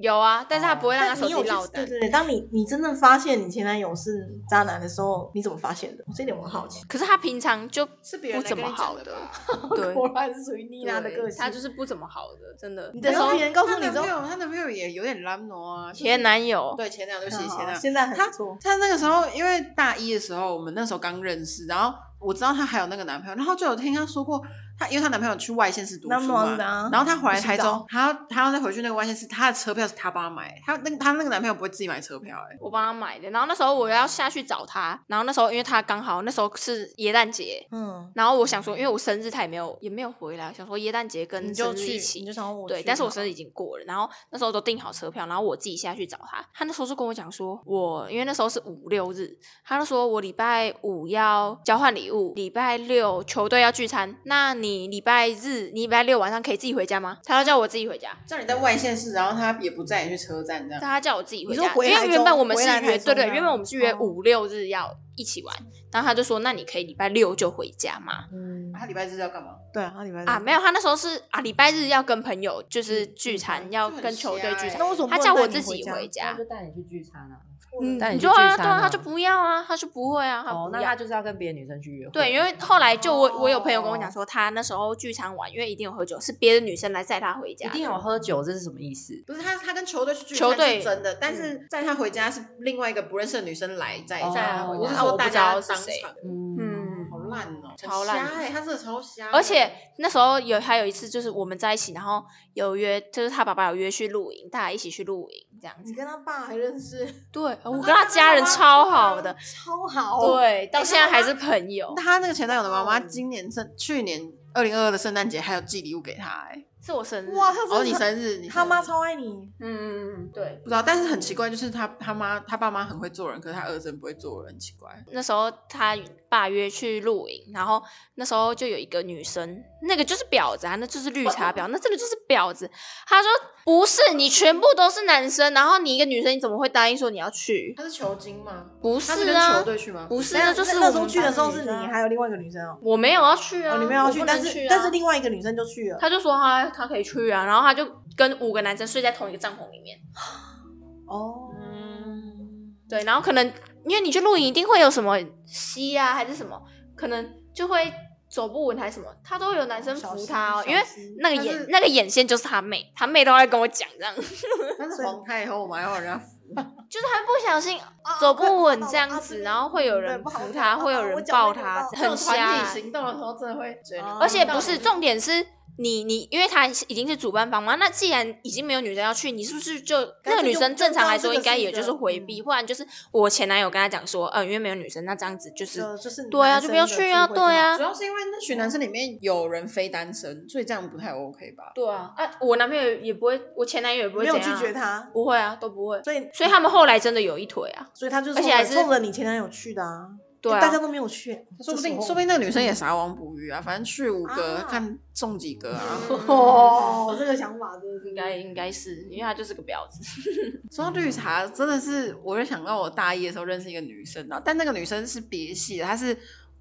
[SPEAKER 4] 有啊，但是他不会让他
[SPEAKER 2] 但
[SPEAKER 4] 手
[SPEAKER 2] 你有
[SPEAKER 4] 机
[SPEAKER 2] 去
[SPEAKER 4] 落
[SPEAKER 2] 对
[SPEAKER 4] 单。
[SPEAKER 2] 对对，当你你真正发现你前男友是渣男的时候，你怎么发现的？我这一点我很好奇。
[SPEAKER 4] 可是他平 常就是
[SPEAKER 1] 别人
[SPEAKER 4] 不怎
[SPEAKER 1] 来
[SPEAKER 4] 么
[SPEAKER 1] 跟你讲
[SPEAKER 4] 好
[SPEAKER 1] 的吧，
[SPEAKER 4] 对，
[SPEAKER 2] 果然是属于妮娜的个
[SPEAKER 4] 对，
[SPEAKER 2] 性，
[SPEAKER 4] 他就是不怎么好的，真的。
[SPEAKER 2] 你的留言告诉你
[SPEAKER 1] 她
[SPEAKER 2] 之
[SPEAKER 1] 男朋
[SPEAKER 2] 后，
[SPEAKER 1] 友，她男朋友也有点懒惰啊。就是
[SPEAKER 4] 前男友，
[SPEAKER 1] 对前男友，对不起，前
[SPEAKER 2] 好
[SPEAKER 1] 男友。
[SPEAKER 2] 现在很
[SPEAKER 1] 啊他
[SPEAKER 2] 不错，
[SPEAKER 1] 她那个时候，因为大一的时候，我们那时候刚认识，然后我知道她还有那个男朋友，然后就有听她说过，她因为她男朋友去外县市读
[SPEAKER 2] 那
[SPEAKER 1] 书
[SPEAKER 2] 么
[SPEAKER 1] 嘛，
[SPEAKER 2] 的啊
[SPEAKER 1] 然后她回来
[SPEAKER 2] 不知
[SPEAKER 1] 台
[SPEAKER 2] 道
[SPEAKER 1] 中，她要她要再回去那个外县市，她的车票是她帮她买，她那个她那个男朋友不会自己买车票、欸，哎，
[SPEAKER 4] 我帮他买的。然后那时候我要下去找他，然后那时候因为他刚好那时候是耶诞节，
[SPEAKER 2] 嗯，
[SPEAKER 4] 然后我想说，因为我生日他也没有也没有回来，想说耶诞节跟
[SPEAKER 2] 你
[SPEAKER 4] 生
[SPEAKER 2] 就
[SPEAKER 4] 日
[SPEAKER 2] 去，
[SPEAKER 4] 一
[SPEAKER 2] 你
[SPEAKER 4] 起
[SPEAKER 2] 就。想我去
[SPEAKER 4] 对，但是我生日
[SPEAKER 2] 嘛
[SPEAKER 4] 已经过了，然后那时候都订好车票，然后我自己下去找他。他那时候就跟我讲说，我因为那时候是五六日，他就说我礼拜五要交换礼物，礼拜六球队要聚餐，那你礼拜日、你礼拜六晚上可以自己回家吗？他就叫我自己回家，
[SPEAKER 1] 叫你在外县市，然后她也不载你去车站这
[SPEAKER 4] 对
[SPEAKER 1] 样。
[SPEAKER 4] 他叫我自己回
[SPEAKER 2] 你
[SPEAKER 4] 家，
[SPEAKER 2] 说回
[SPEAKER 4] 因
[SPEAKER 2] 台
[SPEAKER 4] 为原本
[SPEAKER 2] 中
[SPEAKER 4] 我们
[SPEAKER 2] 回
[SPEAKER 4] 是
[SPEAKER 2] 来台
[SPEAKER 4] 约对
[SPEAKER 2] 中
[SPEAKER 4] 对，
[SPEAKER 2] 啊
[SPEAKER 4] 原本我们是约
[SPEAKER 2] 哦
[SPEAKER 4] 五六日要一起玩，然后他就说那你可以礼拜六就回家嘛。
[SPEAKER 2] 嗯，
[SPEAKER 1] 她礼拜日要干嘛？
[SPEAKER 2] 对啊，他礼拜
[SPEAKER 4] 啊，没
[SPEAKER 2] 有，
[SPEAKER 4] 有，他那时候是啊礼拜日要跟朋友就是聚
[SPEAKER 2] 嗯
[SPEAKER 4] 餐，要
[SPEAKER 1] 就很
[SPEAKER 4] 跟球队
[SPEAKER 1] 瞎
[SPEAKER 4] 聚
[SPEAKER 1] 欸
[SPEAKER 4] 餐
[SPEAKER 2] 那，为什么
[SPEAKER 4] 他
[SPEAKER 2] 不
[SPEAKER 4] 叫
[SPEAKER 2] 能
[SPEAKER 4] 我
[SPEAKER 2] 带
[SPEAKER 4] 自
[SPEAKER 2] 你
[SPEAKER 4] 己
[SPEAKER 2] 回
[SPEAKER 4] 回
[SPEAKER 2] 家？
[SPEAKER 4] 家
[SPEAKER 3] 就。带你去聚餐啊。
[SPEAKER 4] 嗯，
[SPEAKER 3] 带你
[SPEAKER 4] 你
[SPEAKER 3] 去
[SPEAKER 4] 就啊，
[SPEAKER 3] 聚餐
[SPEAKER 4] 对啊，他
[SPEAKER 3] 啊
[SPEAKER 4] 就不要啊，他就不会啊，他
[SPEAKER 3] 哦，
[SPEAKER 4] 不
[SPEAKER 3] 那
[SPEAKER 4] 要
[SPEAKER 3] 他。哦就是要跟别的女生去约会。
[SPEAKER 4] 对，因为后来就我我有朋友
[SPEAKER 2] 哦
[SPEAKER 4] 跟我讲说，他那时候聚餐完，因为一定有喝酒，是别的女生来载他回家
[SPEAKER 3] 一
[SPEAKER 4] 的，
[SPEAKER 3] 定有喝酒，这是什么意思？
[SPEAKER 1] 不是她，她跟球队去聚
[SPEAKER 4] 球
[SPEAKER 1] 餐
[SPEAKER 4] 队嗯
[SPEAKER 1] 是真的，但是在她回家是另外一个不认识的女生来载
[SPEAKER 3] 哦
[SPEAKER 1] 载她回家，
[SPEAKER 3] 啊
[SPEAKER 1] 是
[SPEAKER 4] 我
[SPEAKER 1] 说
[SPEAKER 4] 不
[SPEAKER 1] 大
[SPEAKER 4] 知道
[SPEAKER 1] 家
[SPEAKER 4] 是
[SPEAKER 1] 当
[SPEAKER 4] 谁
[SPEAKER 1] 场，
[SPEAKER 3] 嗯，
[SPEAKER 4] 嗯，
[SPEAKER 1] 好烂哦，
[SPEAKER 4] 超烂
[SPEAKER 1] 哎、欸，她真的超瞎的，
[SPEAKER 4] 而且那时候有还有一次，就是我们在一起，然后有约，就是他爸爸有约去露营，大家一起去露营这样
[SPEAKER 2] 你
[SPEAKER 4] 子。
[SPEAKER 2] 跟他爸还认识，
[SPEAKER 4] 对，我跟他家人超好的，
[SPEAKER 2] 超好，
[SPEAKER 4] 对，到现在还是朋友。
[SPEAKER 1] 她那个前男友的妈妈
[SPEAKER 2] 哦
[SPEAKER 1] 今年圣去年二零二二的圣诞节还有寄礼物给她、欸，
[SPEAKER 4] 是我生日，
[SPEAKER 2] 哇，嗯他
[SPEAKER 1] 哦，
[SPEAKER 2] 真
[SPEAKER 1] 你
[SPEAKER 2] 的
[SPEAKER 1] 生日，你
[SPEAKER 2] 他妈
[SPEAKER 1] 生日
[SPEAKER 2] 超爱你，
[SPEAKER 4] 嗯，对。
[SPEAKER 1] 不知道，但是很奇怪，就是他他妈他爸妈很会做人，可是他儿子很不会做人，很奇怪。
[SPEAKER 4] 那时候他爸约去露营，然后那时候就有一个女生，那个就是婊子啊，那就是绿茶婊，那真的就是婊子。他说不是，你全部都是男生，然后你一个女生，你怎么会答应说你要去？
[SPEAKER 1] 他是球精吗？
[SPEAKER 4] 不
[SPEAKER 1] 他是跟
[SPEAKER 4] 啊
[SPEAKER 1] 球，队去吗？
[SPEAKER 4] 不是，
[SPEAKER 2] 等一下
[SPEAKER 4] 这就是
[SPEAKER 2] 那那
[SPEAKER 4] 我
[SPEAKER 2] 时候
[SPEAKER 4] 们
[SPEAKER 2] 去的
[SPEAKER 4] 班
[SPEAKER 2] 时候
[SPEAKER 4] 女
[SPEAKER 2] 是你
[SPEAKER 4] 生啊
[SPEAKER 2] 还有另外一个女生哦，
[SPEAKER 4] 我没有要去啊，
[SPEAKER 2] 哦，你们要
[SPEAKER 4] 我
[SPEAKER 2] 去，
[SPEAKER 4] 不能
[SPEAKER 2] 但是
[SPEAKER 4] 去啊
[SPEAKER 2] 但是另外一个女生就去了，
[SPEAKER 4] 他就说他他可以去啊，然后他就跟五个男生睡在同一个帐篷里面，
[SPEAKER 2] 哦，
[SPEAKER 1] 嗯，
[SPEAKER 4] 对，然后可能因为你去露营一定会有什么吸啊还是什么，可能就会走不稳还是什么，他都有男生扶他哦，因为那个
[SPEAKER 1] 但
[SPEAKER 4] 眼
[SPEAKER 1] 是
[SPEAKER 4] 那个眼线就是他妹，他妹都在跟我讲 这样，就是
[SPEAKER 1] 他是皇太后嘛，要让人家
[SPEAKER 4] 他不小心
[SPEAKER 2] 哦
[SPEAKER 4] 走不稳这样
[SPEAKER 2] 啊
[SPEAKER 4] 子，
[SPEAKER 2] 对
[SPEAKER 4] 然后会有
[SPEAKER 2] 对
[SPEAKER 4] 人
[SPEAKER 2] 不好
[SPEAKER 4] 扶
[SPEAKER 2] 意思
[SPEAKER 4] 他，
[SPEAKER 2] 啊
[SPEAKER 4] 会有
[SPEAKER 2] 我
[SPEAKER 4] 人
[SPEAKER 2] 脚
[SPEAKER 4] 抱
[SPEAKER 2] 被
[SPEAKER 4] 他
[SPEAKER 2] 扭，到
[SPEAKER 4] 很
[SPEAKER 1] 团
[SPEAKER 4] 瞎
[SPEAKER 1] 体。行动的时候，真的会觉得，
[SPEAKER 2] 哦
[SPEAKER 4] 而且
[SPEAKER 2] 到
[SPEAKER 4] 不是重点是你你，因为他已经是主办方嘛，那既然已经没有女生要去，你是不是就
[SPEAKER 2] 干脆
[SPEAKER 4] 那个女
[SPEAKER 2] 就
[SPEAKER 4] 生正常来说应该也
[SPEAKER 2] 就
[SPEAKER 4] 就
[SPEAKER 2] 当这个是嗯
[SPEAKER 4] 是
[SPEAKER 2] 一个
[SPEAKER 4] 回避，不然就是我前男友跟他讲说，嗯，因为没有女生，那这样子就是
[SPEAKER 2] 就就是你
[SPEAKER 4] 对啊，
[SPEAKER 2] 男
[SPEAKER 4] 就
[SPEAKER 2] 生
[SPEAKER 4] 不要
[SPEAKER 2] 的
[SPEAKER 4] 去
[SPEAKER 2] 聚
[SPEAKER 4] 啊，
[SPEAKER 2] 会
[SPEAKER 4] 对
[SPEAKER 2] 就好
[SPEAKER 4] 啊
[SPEAKER 1] 主，要是因为那群男生里面有人非单身，所以这样不太 OK 吧？
[SPEAKER 4] 对啊，啊，我男朋友也不会，我前男友也不会
[SPEAKER 2] 没有
[SPEAKER 4] 怎
[SPEAKER 2] 拒
[SPEAKER 4] 样啊
[SPEAKER 2] 绝，他，
[SPEAKER 4] 不会啊，都不会，
[SPEAKER 2] 所以
[SPEAKER 4] 所以他们后来真的有一腿啊，
[SPEAKER 2] 所以他就是
[SPEAKER 4] 而且
[SPEAKER 2] 冲着
[SPEAKER 4] 还是
[SPEAKER 2] 冲着你前男友去的啊，
[SPEAKER 4] 对
[SPEAKER 2] 大家
[SPEAKER 4] 啊，
[SPEAKER 2] 都没有去，
[SPEAKER 1] 说不定，
[SPEAKER 2] 这时候
[SPEAKER 1] 说不定那个女生也撒网捕鱼啊，反正去五个
[SPEAKER 2] 啊
[SPEAKER 1] 看中几个啊。
[SPEAKER 2] 哦，这个想法真的是。
[SPEAKER 4] 应该应该是因为他就是个婊子，
[SPEAKER 1] 说到绿茶，真的是，我就想到我大一的时候认识一个女生，然后但那个女生是别系的，她是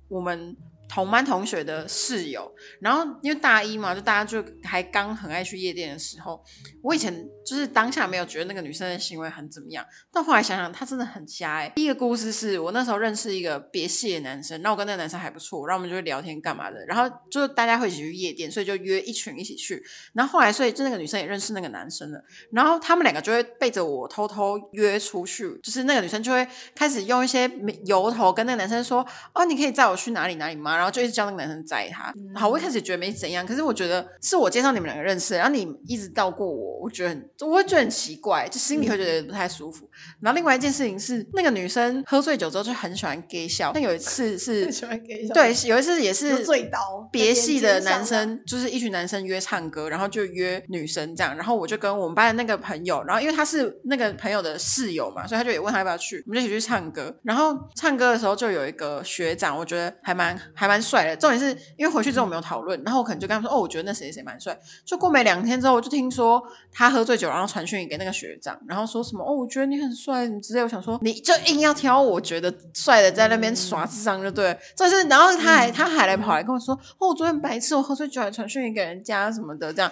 [SPEAKER 1] 我们同班同学的室友。然后因为大一嘛，就大家就还刚很爱去夜店的时候，我以前就是当下没有觉得那个女生的行为很怎么样，但后来想想，她真的很瞎哎、第一个故事是我那时候认识一个别系的男生，那我跟那个男生还不错，然后我们就会聊天干嘛的，然后就大家会一起去夜店，所以就约一群一起去。然后后来，所以就那个女生也认识那个男生了。然后他们两个就会背着我偷偷约出去，就是那个女生就会开始用一些由头跟那个男生说：“哦，你可以载我去哪里哪里吗？”然后就一直叫那个男生载他。好，我一开始觉得没怎样，可是我觉得是我介绍你们两个认识的，然后你一直到过我，我觉得很，我会觉得很奇怪，就心里会觉得不太舒服。然后另外一件事情是，那个女生喝醉酒之后就很喜欢 gay 笑，但有一次是
[SPEAKER 2] 喜欢给
[SPEAKER 1] 对，有一次也是
[SPEAKER 2] 就醉倒
[SPEAKER 1] 别系的男
[SPEAKER 2] 在边
[SPEAKER 1] 生，就是一群男生约唱歌，然后就约女生这样，然后我就跟我们班的那个朋友，然后因为他是那个朋友的室友嘛，所以他就也问他要不要去，我们就一起去唱歌。然后唱歌的时候就有一个学长，我觉得还蛮还蛮帅的。重点是因为回去之后我们有讨论，然后我可能就跟他们说，哦，我觉得那谁谁蛮帅。就过没两天之后，我就听说他喝醉酒，然后传讯给那个学长，然后说什么哦，我觉得你很帅什么之类。我想说，你就硬要挑我觉得帅的在那边耍智商就对了。但是，然后他还、他还来跑来跟我说，哦，我昨天白痴，我喝醉酒还传讯给人家什么的这样。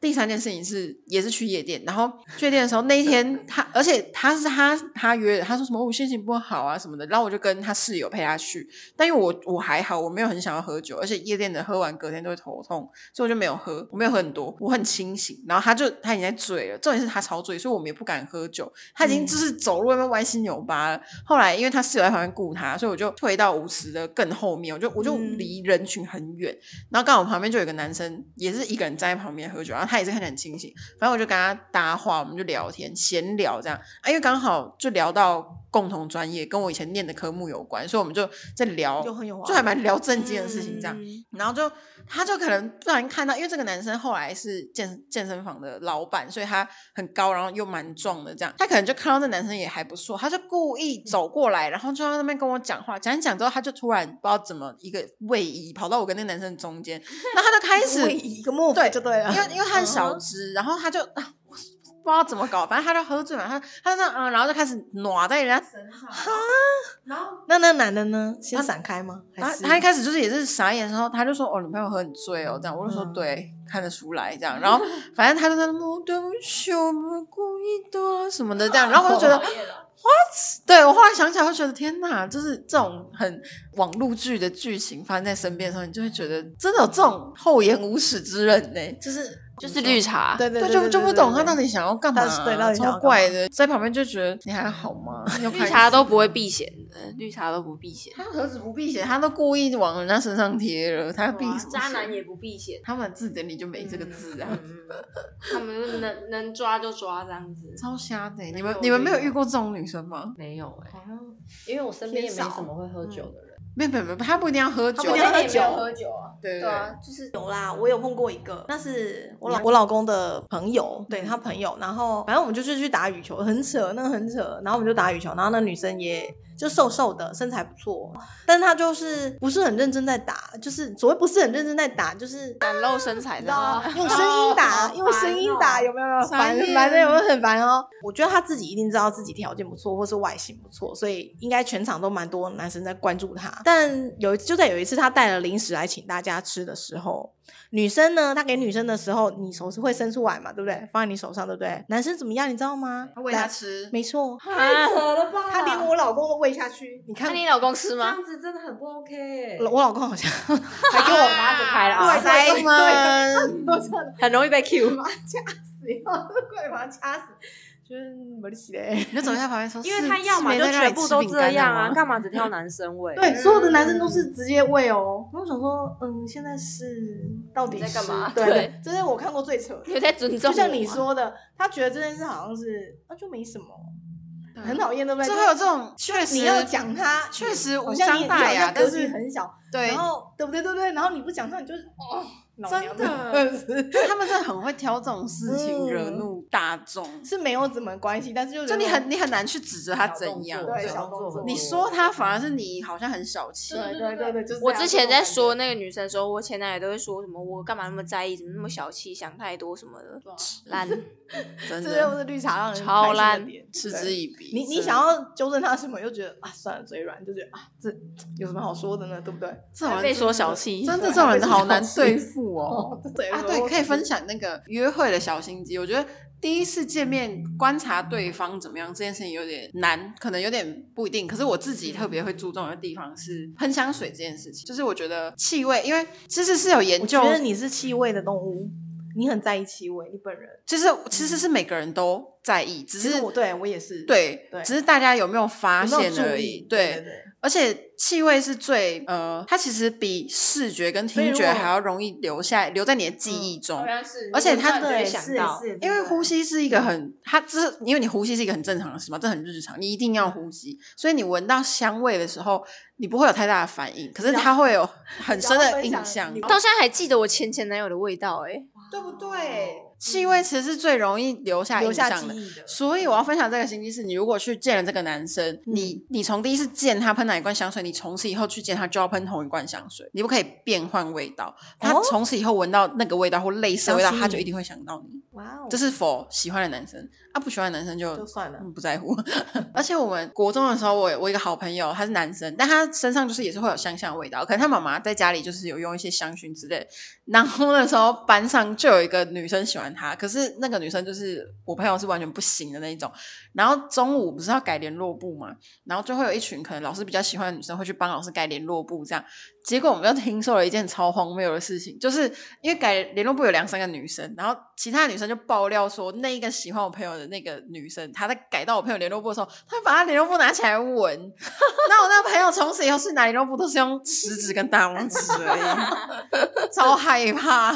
[SPEAKER 1] 第三件事情是，也是去夜店，然后去夜店的时候，那一天他，而且他是他他约的，他说什么、哦我心情不好啊什么的，然后我就跟他室友陪他去，但因为我我还好，我没有很想要喝酒，而且夜店的喝完隔天都会头痛，所以我就没有喝，我没有喝很多，我很清醒。然后他就他已经在醉了，重点是他超醉，所以我们也不敢喝酒。他已经就是
[SPEAKER 2] 嗯
[SPEAKER 1] 走路那边歪七扭八了。后来因为他室友在旁边顾他，所以我就退到舞池的更后面，我就我就
[SPEAKER 2] 嗯
[SPEAKER 1] 离人群很远。然后刚好旁边就有一个男生，也是一个人站在旁边喝酒，然后他也是看起来很清醒。反正我就跟他搭话，我们就聊天闲聊这样啊，因为刚好就聊到共同专业，跟我以前念的科目有关，所以我们就在
[SPEAKER 4] 哦
[SPEAKER 1] 聊，
[SPEAKER 2] 就很有话啊
[SPEAKER 1] 就还蛮聊正经的事情这样。
[SPEAKER 4] 嗯
[SPEAKER 1] 然后就他就可能突然看到，因为这个男生后来是健健身房的老板，所以他很高，然后又蛮壮的这样。他可能就看到这男生也还不错，他就故
[SPEAKER 2] 嗯
[SPEAKER 1] 意走过来，然后就在那边跟我讲话，讲一讲之后，他就突然不知道怎么一个位移跑到我跟那个男生中 间，然后他就开
[SPEAKER 2] 上位
[SPEAKER 1] 始
[SPEAKER 2] 移一个 move
[SPEAKER 1] 对
[SPEAKER 2] 就对了，
[SPEAKER 1] 因为因为他很小
[SPEAKER 2] 嗯
[SPEAKER 1] 只，然后他就。啊我不知道怎么搞，反正他就喝醉了，他他就那嗯，然后就开始挪在人家身上，
[SPEAKER 2] 那那男的呢？
[SPEAKER 4] 啊
[SPEAKER 2] 先闪开吗？
[SPEAKER 1] 他
[SPEAKER 2] 还是
[SPEAKER 1] 他一开始就是也是傻眼，然后他就说：“哦，女朋友很醉哦。”这样，我就说：“
[SPEAKER 2] 嗯
[SPEAKER 1] 对，看得出来。”这样， 然后反正他就在那摸，对不起，我们故意的啊什么的这样，然后我就觉 得，对我后来想起来，会觉得天哪，就是这种很网络剧的剧情发生在身边的时候，你就会觉得真的有这种厚颜无耻之人呢、
[SPEAKER 2] 就是
[SPEAKER 4] 就是绿茶，
[SPEAKER 2] 对对
[SPEAKER 1] 对，
[SPEAKER 2] 对，
[SPEAKER 1] 就就不懂他
[SPEAKER 2] 对
[SPEAKER 1] 到底想要干嘛、
[SPEAKER 2] 他是对到底想
[SPEAKER 1] 超
[SPEAKER 2] 要干
[SPEAKER 1] 怪
[SPEAKER 2] 嘛
[SPEAKER 1] 的，在旁边就觉得你还好吗？ 又
[SPEAKER 4] 绿
[SPEAKER 1] 拍
[SPEAKER 4] 茶都不会避嫌的，绿茶都不避嫌。
[SPEAKER 1] 他何止不避嫌，他都故意往人家身上贴了，他
[SPEAKER 2] 啊
[SPEAKER 1] 避什么
[SPEAKER 4] 渣
[SPEAKER 1] 嫌
[SPEAKER 4] 男也不避嫌，
[SPEAKER 1] 他们字典里就没这个字啊，
[SPEAKER 4] 他们就能能抓就抓这样子。
[SPEAKER 1] 超瞎的欸、你
[SPEAKER 4] 没
[SPEAKER 1] 们
[SPEAKER 4] 有
[SPEAKER 1] 你们
[SPEAKER 4] 没
[SPEAKER 1] 没有
[SPEAKER 4] 有
[SPEAKER 1] 遇过这种女生吗？
[SPEAKER 3] 没有哎、
[SPEAKER 2] 好像
[SPEAKER 3] 因为我身边也没
[SPEAKER 2] 偏少
[SPEAKER 3] 什么会
[SPEAKER 4] 嗯
[SPEAKER 3] 喝酒的人。
[SPEAKER 1] 没有没有没有，她不一定要喝酒，
[SPEAKER 2] 她不一定要喝酒
[SPEAKER 4] 酒啊，
[SPEAKER 1] 对对
[SPEAKER 4] 对啊
[SPEAKER 1] 对，
[SPEAKER 4] 就是
[SPEAKER 2] 有啦，我有碰过一个，那是我老我老公的朋友，对他朋友，然后反正我们就是去打羽球，很扯，那个很扯，然后我们就打羽球，然后那女生也就瘦瘦的，身材不错，但她就是不是很认真在打，就是所谓不是很认真在打，就是
[SPEAKER 4] 展露身材
[SPEAKER 2] 你
[SPEAKER 4] 的
[SPEAKER 2] 知道吗
[SPEAKER 4] 啊。？
[SPEAKER 1] 哦
[SPEAKER 2] 用声音打，
[SPEAKER 4] 好
[SPEAKER 2] 用声音打，
[SPEAKER 4] 烦哦
[SPEAKER 2] 有没有没有
[SPEAKER 1] 傻
[SPEAKER 2] 烦
[SPEAKER 1] 眼
[SPEAKER 2] 烦的有没有很烦哦？我觉得他自己一定知道自己条件不错，或是外形不错，所以应该全场都蛮多男生在关注他。但有就在有一次他带了零食来请大家吃的时候，女生呢，她给女生的时候，你手是会伸出来嘛，对不对？放在你手上，对不对？男生怎么样，你知道吗？
[SPEAKER 1] 她喂她吃，
[SPEAKER 2] 没错，
[SPEAKER 4] 啊，
[SPEAKER 3] 扯了吧
[SPEAKER 2] 他连我老公都喂下去，你
[SPEAKER 4] 那
[SPEAKER 2] 看。
[SPEAKER 4] 你老公吃
[SPEAKER 3] 这
[SPEAKER 4] 吗？
[SPEAKER 3] 样子真的很不 OK 哎、
[SPEAKER 2] 我老公好像
[SPEAKER 3] 还给我拿着开了啊，
[SPEAKER 2] 对对
[SPEAKER 1] 塞
[SPEAKER 2] 对
[SPEAKER 1] 们
[SPEAKER 2] 我真的
[SPEAKER 3] 很 容易被 Q。
[SPEAKER 2] 把他掐死，以后快点把他掐死，就是没力气嘞。
[SPEAKER 1] 你就走在旁边说，
[SPEAKER 3] 因为
[SPEAKER 1] 是
[SPEAKER 3] 他要么
[SPEAKER 1] 是
[SPEAKER 3] 就
[SPEAKER 1] 没在让
[SPEAKER 3] 全
[SPEAKER 1] 你
[SPEAKER 3] 部
[SPEAKER 1] 吃
[SPEAKER 3] 都
[SPEAKER 1] 饼
[SPEAKER 3] 这
[SPEAKER 1] 干的
[SPEAKER 3] 样啊，
[SPEAKER 1] 吗
[SPEAKER 3] 干嘛只挑男生味？
[SPEAKER 2] 对，所有的男生都是直接喂哦。然后我想说，嗯，现在是到底
[SPEAKER 4] 你在干
[SPEAKER 2] 是
[SPEAKER 4] 嘛
[SPEAKER 2] 对，
[SPEAKER 4] 对
[SPEAKER 2] 这是我看过最扯的。
[SPEAKER 4] 你有在尊重
[SPEAKER 2] 就
[SPEAKER 4] 我
[SPEAKER 2] 像你
[SPEAKER 4] 吗，
[SPEAKER 2] 说的，他觉得这件事好像是那、啊就没什么，
[SPEAKER 4] 嗯
[SPEAKER 1] 对
[SPEAKER 2] 很讨厌，对不对？
[SPEAKER 1] 就会有这种确实
[SPEAKER 2] 你要讲他，
[SPEAKER 1] 确实
[SPEAKER 2] 好
[SPEAKER 1] 无
[SPEAKER 2] 像你
[SPEAKER 1] 伤大
[SPEAKER 2] 好
[SPEAKER 1] 雅
[SPEAKER 2] 像，格
[SPEAKER 1] 但
[SPEAKER 2] 局
[SPEAKER 1] 是
[SPEAKER 2] 很小，
[SPEAKER 1] 对
[SPEAKER 2] 然，后对不对？对不对？然后你不讲他，你就是哦，老娘
[SPEAKER 1] 真 的
[SPEAKER 2] 是
[SPEAKER 1] 就他们真的很会挑这种事情
[SPEAKER 2] 嗯
[SPEAKER 1] 惹怒大众，
[SPEAKER 2] 是没有什么关系，但是就
[SPEAKER 1] 就你
[SPEAKER 2] 觉得
[SPEAKER 1] 很你很难去指责他怎样，
[SPEAKER 2] 对
[SPEAKER 1] 对
[SPEAKER 2] 啊小动作
[SPEAKER 1] 你说他反而是你好像很小气，
[SPEAKER 2] 对对对对，就是
[SPEAKER 4] 我
[SPEAKER 2] 这样
[SPEAKER 4] 之前在说
[SPEAKER 2] 这种
[SPEAKER 4] 那个女生的时候，我前男友都会说什么我干嘛那么在意，怎么那么小气，想太多什么的，
[SPEAKER 2] 啊
[SPEAKER 4] 烂。
[SPEAKER 1] 真
[SPEAKER 2] 感觉，这就
[SPEAKER 1] 的
[SPEAKER 2] 是绿茶让人
[SPEAKER 4] 超
[SPEAKER 2] 开心的
[SPEAKER 4] 烂
[SPEAKER 2] 点
[SPEAKER 1] 嗤
[SPEAKER 2] 对
[SPEAKER 1] 之以鼻。
[SPEAKER 2] 你你
[SPEAKER 1] 真的
[SPEAKER 2] 想要纠正他什么，又觉得啊算了，嘴软，就觉得啊这有什么好说的呢，对不对？
[SPEAKER 1] 这种人
[SPEAKER 4] 被说
[SPEAKER 1] 真的
[SPEAKER 4] 小气
[SPEAKER 1] 真的
[SPEAKER 2] 对
[SPEAKER 1] 这种人
[SPEAKER 2] 被说
[SPEAKER 1] 好难
[SPEAKER 2] 小气
[SPEAKER 1] 对付 哦。
[SPEAKER 2] 对
[SPEAKER 1] 啊，对，可以分。享那个约会的小心机。我觉得第一次见面观察对方怎么样这件事情有点难，可能有点不一定。可是我自己特别会注重的地方是喷香水这件事情，就是我觉得气味，因为其实是有研
[SPEAKER 2] 我
[SPEAKER 1] 究
[SPEAKER 2] 觉，得你是气味的动物，你很在意气味，你本人。
[SPEAKER 1] 其实其实是每个人都在意，只
[SPEAKER 2] 其实
[SPEAKER 1] 是
[SPEAKER 2] 我对我也是，
[SPEAKER 1] 对
[SPEAKER 2] 对
[SPEAKER 1] 只是大家有没有发
[SPEAKER 2] 有没有
[SPEAKER 1] 现
[SPEAKER 2] 注
[SPEAKER 1] 而
[SPEAKER 2] 意
[SPEAKER 1] 已。
[SPEAKER 2] 对对
[SPEAKER 1] 对，
[SPEAKER 2] 对，
[SPEAKER 1] 而且气味是最呃，它其实比视觉跟
[SPEAKER 2] 所以
[SPEAKER 1] 听
[SPEAKER 2] 如
[SPEAKER 1] 觉
[SPEAKER 2] 果
[SPEAKER 1] 还要容易留下留在你的记忆中。
[SPEAKER 4] 像是
[SPEAKER 1] 而且它
[SPEAKER 4] 的
[SPEAKER 2] 对
[SPEAKER 4] 想
[SPEAKER 2] 是
[SPEAKER 4] 到，
[SPEAKER 2] 是
[SPEAKER 1] 因为呼
[SPEAKER 2] 吸
[SPEAKER 1] 吸是一个很，它这是因为你呼吸是一个很正常的事嘛，这很日常，你一定要呼吸，所以你闻到香味的时候，你不会有太大的反应，可是它会有很深的印象，
[SPEAKER 4] 到现在还记得我前前男友的味道哎、
[SPEAKER 1] 对不对？气味其实是最容易留下
[SPEAKER 2] 留
[SPEAKER 1] 印
[SPEAKER 2] 下记
[SPEAKER 1] 象的。
[SPEAKER 2] 忆的，
[SPEAKER 1] 所以我要分享这个心机是，你如果去见了这个男生，
[SPEAKER 2] 嗯
[SPEAKER 1] 你你从第一次见他喷哪一罐香水，你从此以后去见他就要喷同一罐香水，你不可以变换味道。他
[SPEAKER 2] 哦
[SPEAKER 1] 从此以后闻到那个味道或类似的味道，
[SPEAKER 2] 相信
[SPEAKER 1] 他就
[SPEAKER 2] 你
[SPEAKER 1] 一定会想到你。
[SPEAKER 2] 哇哦，
[SPEAKER 1] 这是否喜欢的男生啊？不喜欢的男生就
[SPEAKER 2] 就算了
[SPEAKER 1] 嗯不在乎。 而且我们国中的时候，我有我有一个好朋友，他是男生，但他身上就是也是会有香香的味道。可能他妈妈在家里就是有用一些香薰之类的。然后那时候班上就有一个女生喜欢他，可是那个女生就是我朋友是完全不行的那一种。然后中午不是要改联络簿嘛，然后就会有一群可能老师比较喜欢的女生会去帮老师改联络簿这样。结果我们就听说了一件超荒谬的事情，就是因为改联络部有两三个女生，然后其他的女生就爆料说，那一个喜欢我朋友的那个女生，她在改到我朋友联络部的时候，她把她联络部拿起来闻。 那我那个朋友从此以后去拿联络部都是用食指跟大拇指而已，超害怕，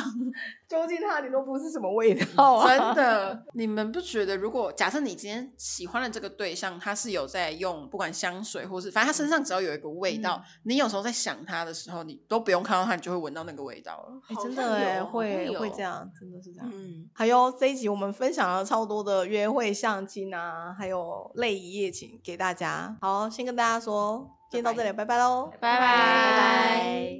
[SPEAKER 2] 究竟它的联络部是什么味 道？
[SPEAKER 1] 真的。你们不觉得，如果假设你今天喜欢的这个对象，他是有在用不管香水或是反正他身上只要有一个味道，你有时候在想他的时候，你都不用看到他，你就会闻到那个味道了。
[SPEAKER 2] 哎、
[SPEAKER 4] 好
[SPEAKER 2] 真
[SPEAKER 4] 像
[SPEAKER 2] 的哎、
[SPEAKER 4] 有
[SPEAKER 2] 会
[SPEAKER 4] 有
[SPEAKER 2] 会这样，真的是这样。
[SPEAKER 4] 嗯，
[SPEAKER 2] 还有这一集我们分享了超多的约会相亲啊，还有类一夜情给大家。好，先跟大家说，今天到这里，拜拜喽，
[SPEAKER 4] 拜
[SPEAKER 2] 拜拜
[SPEAKER 4] 拜。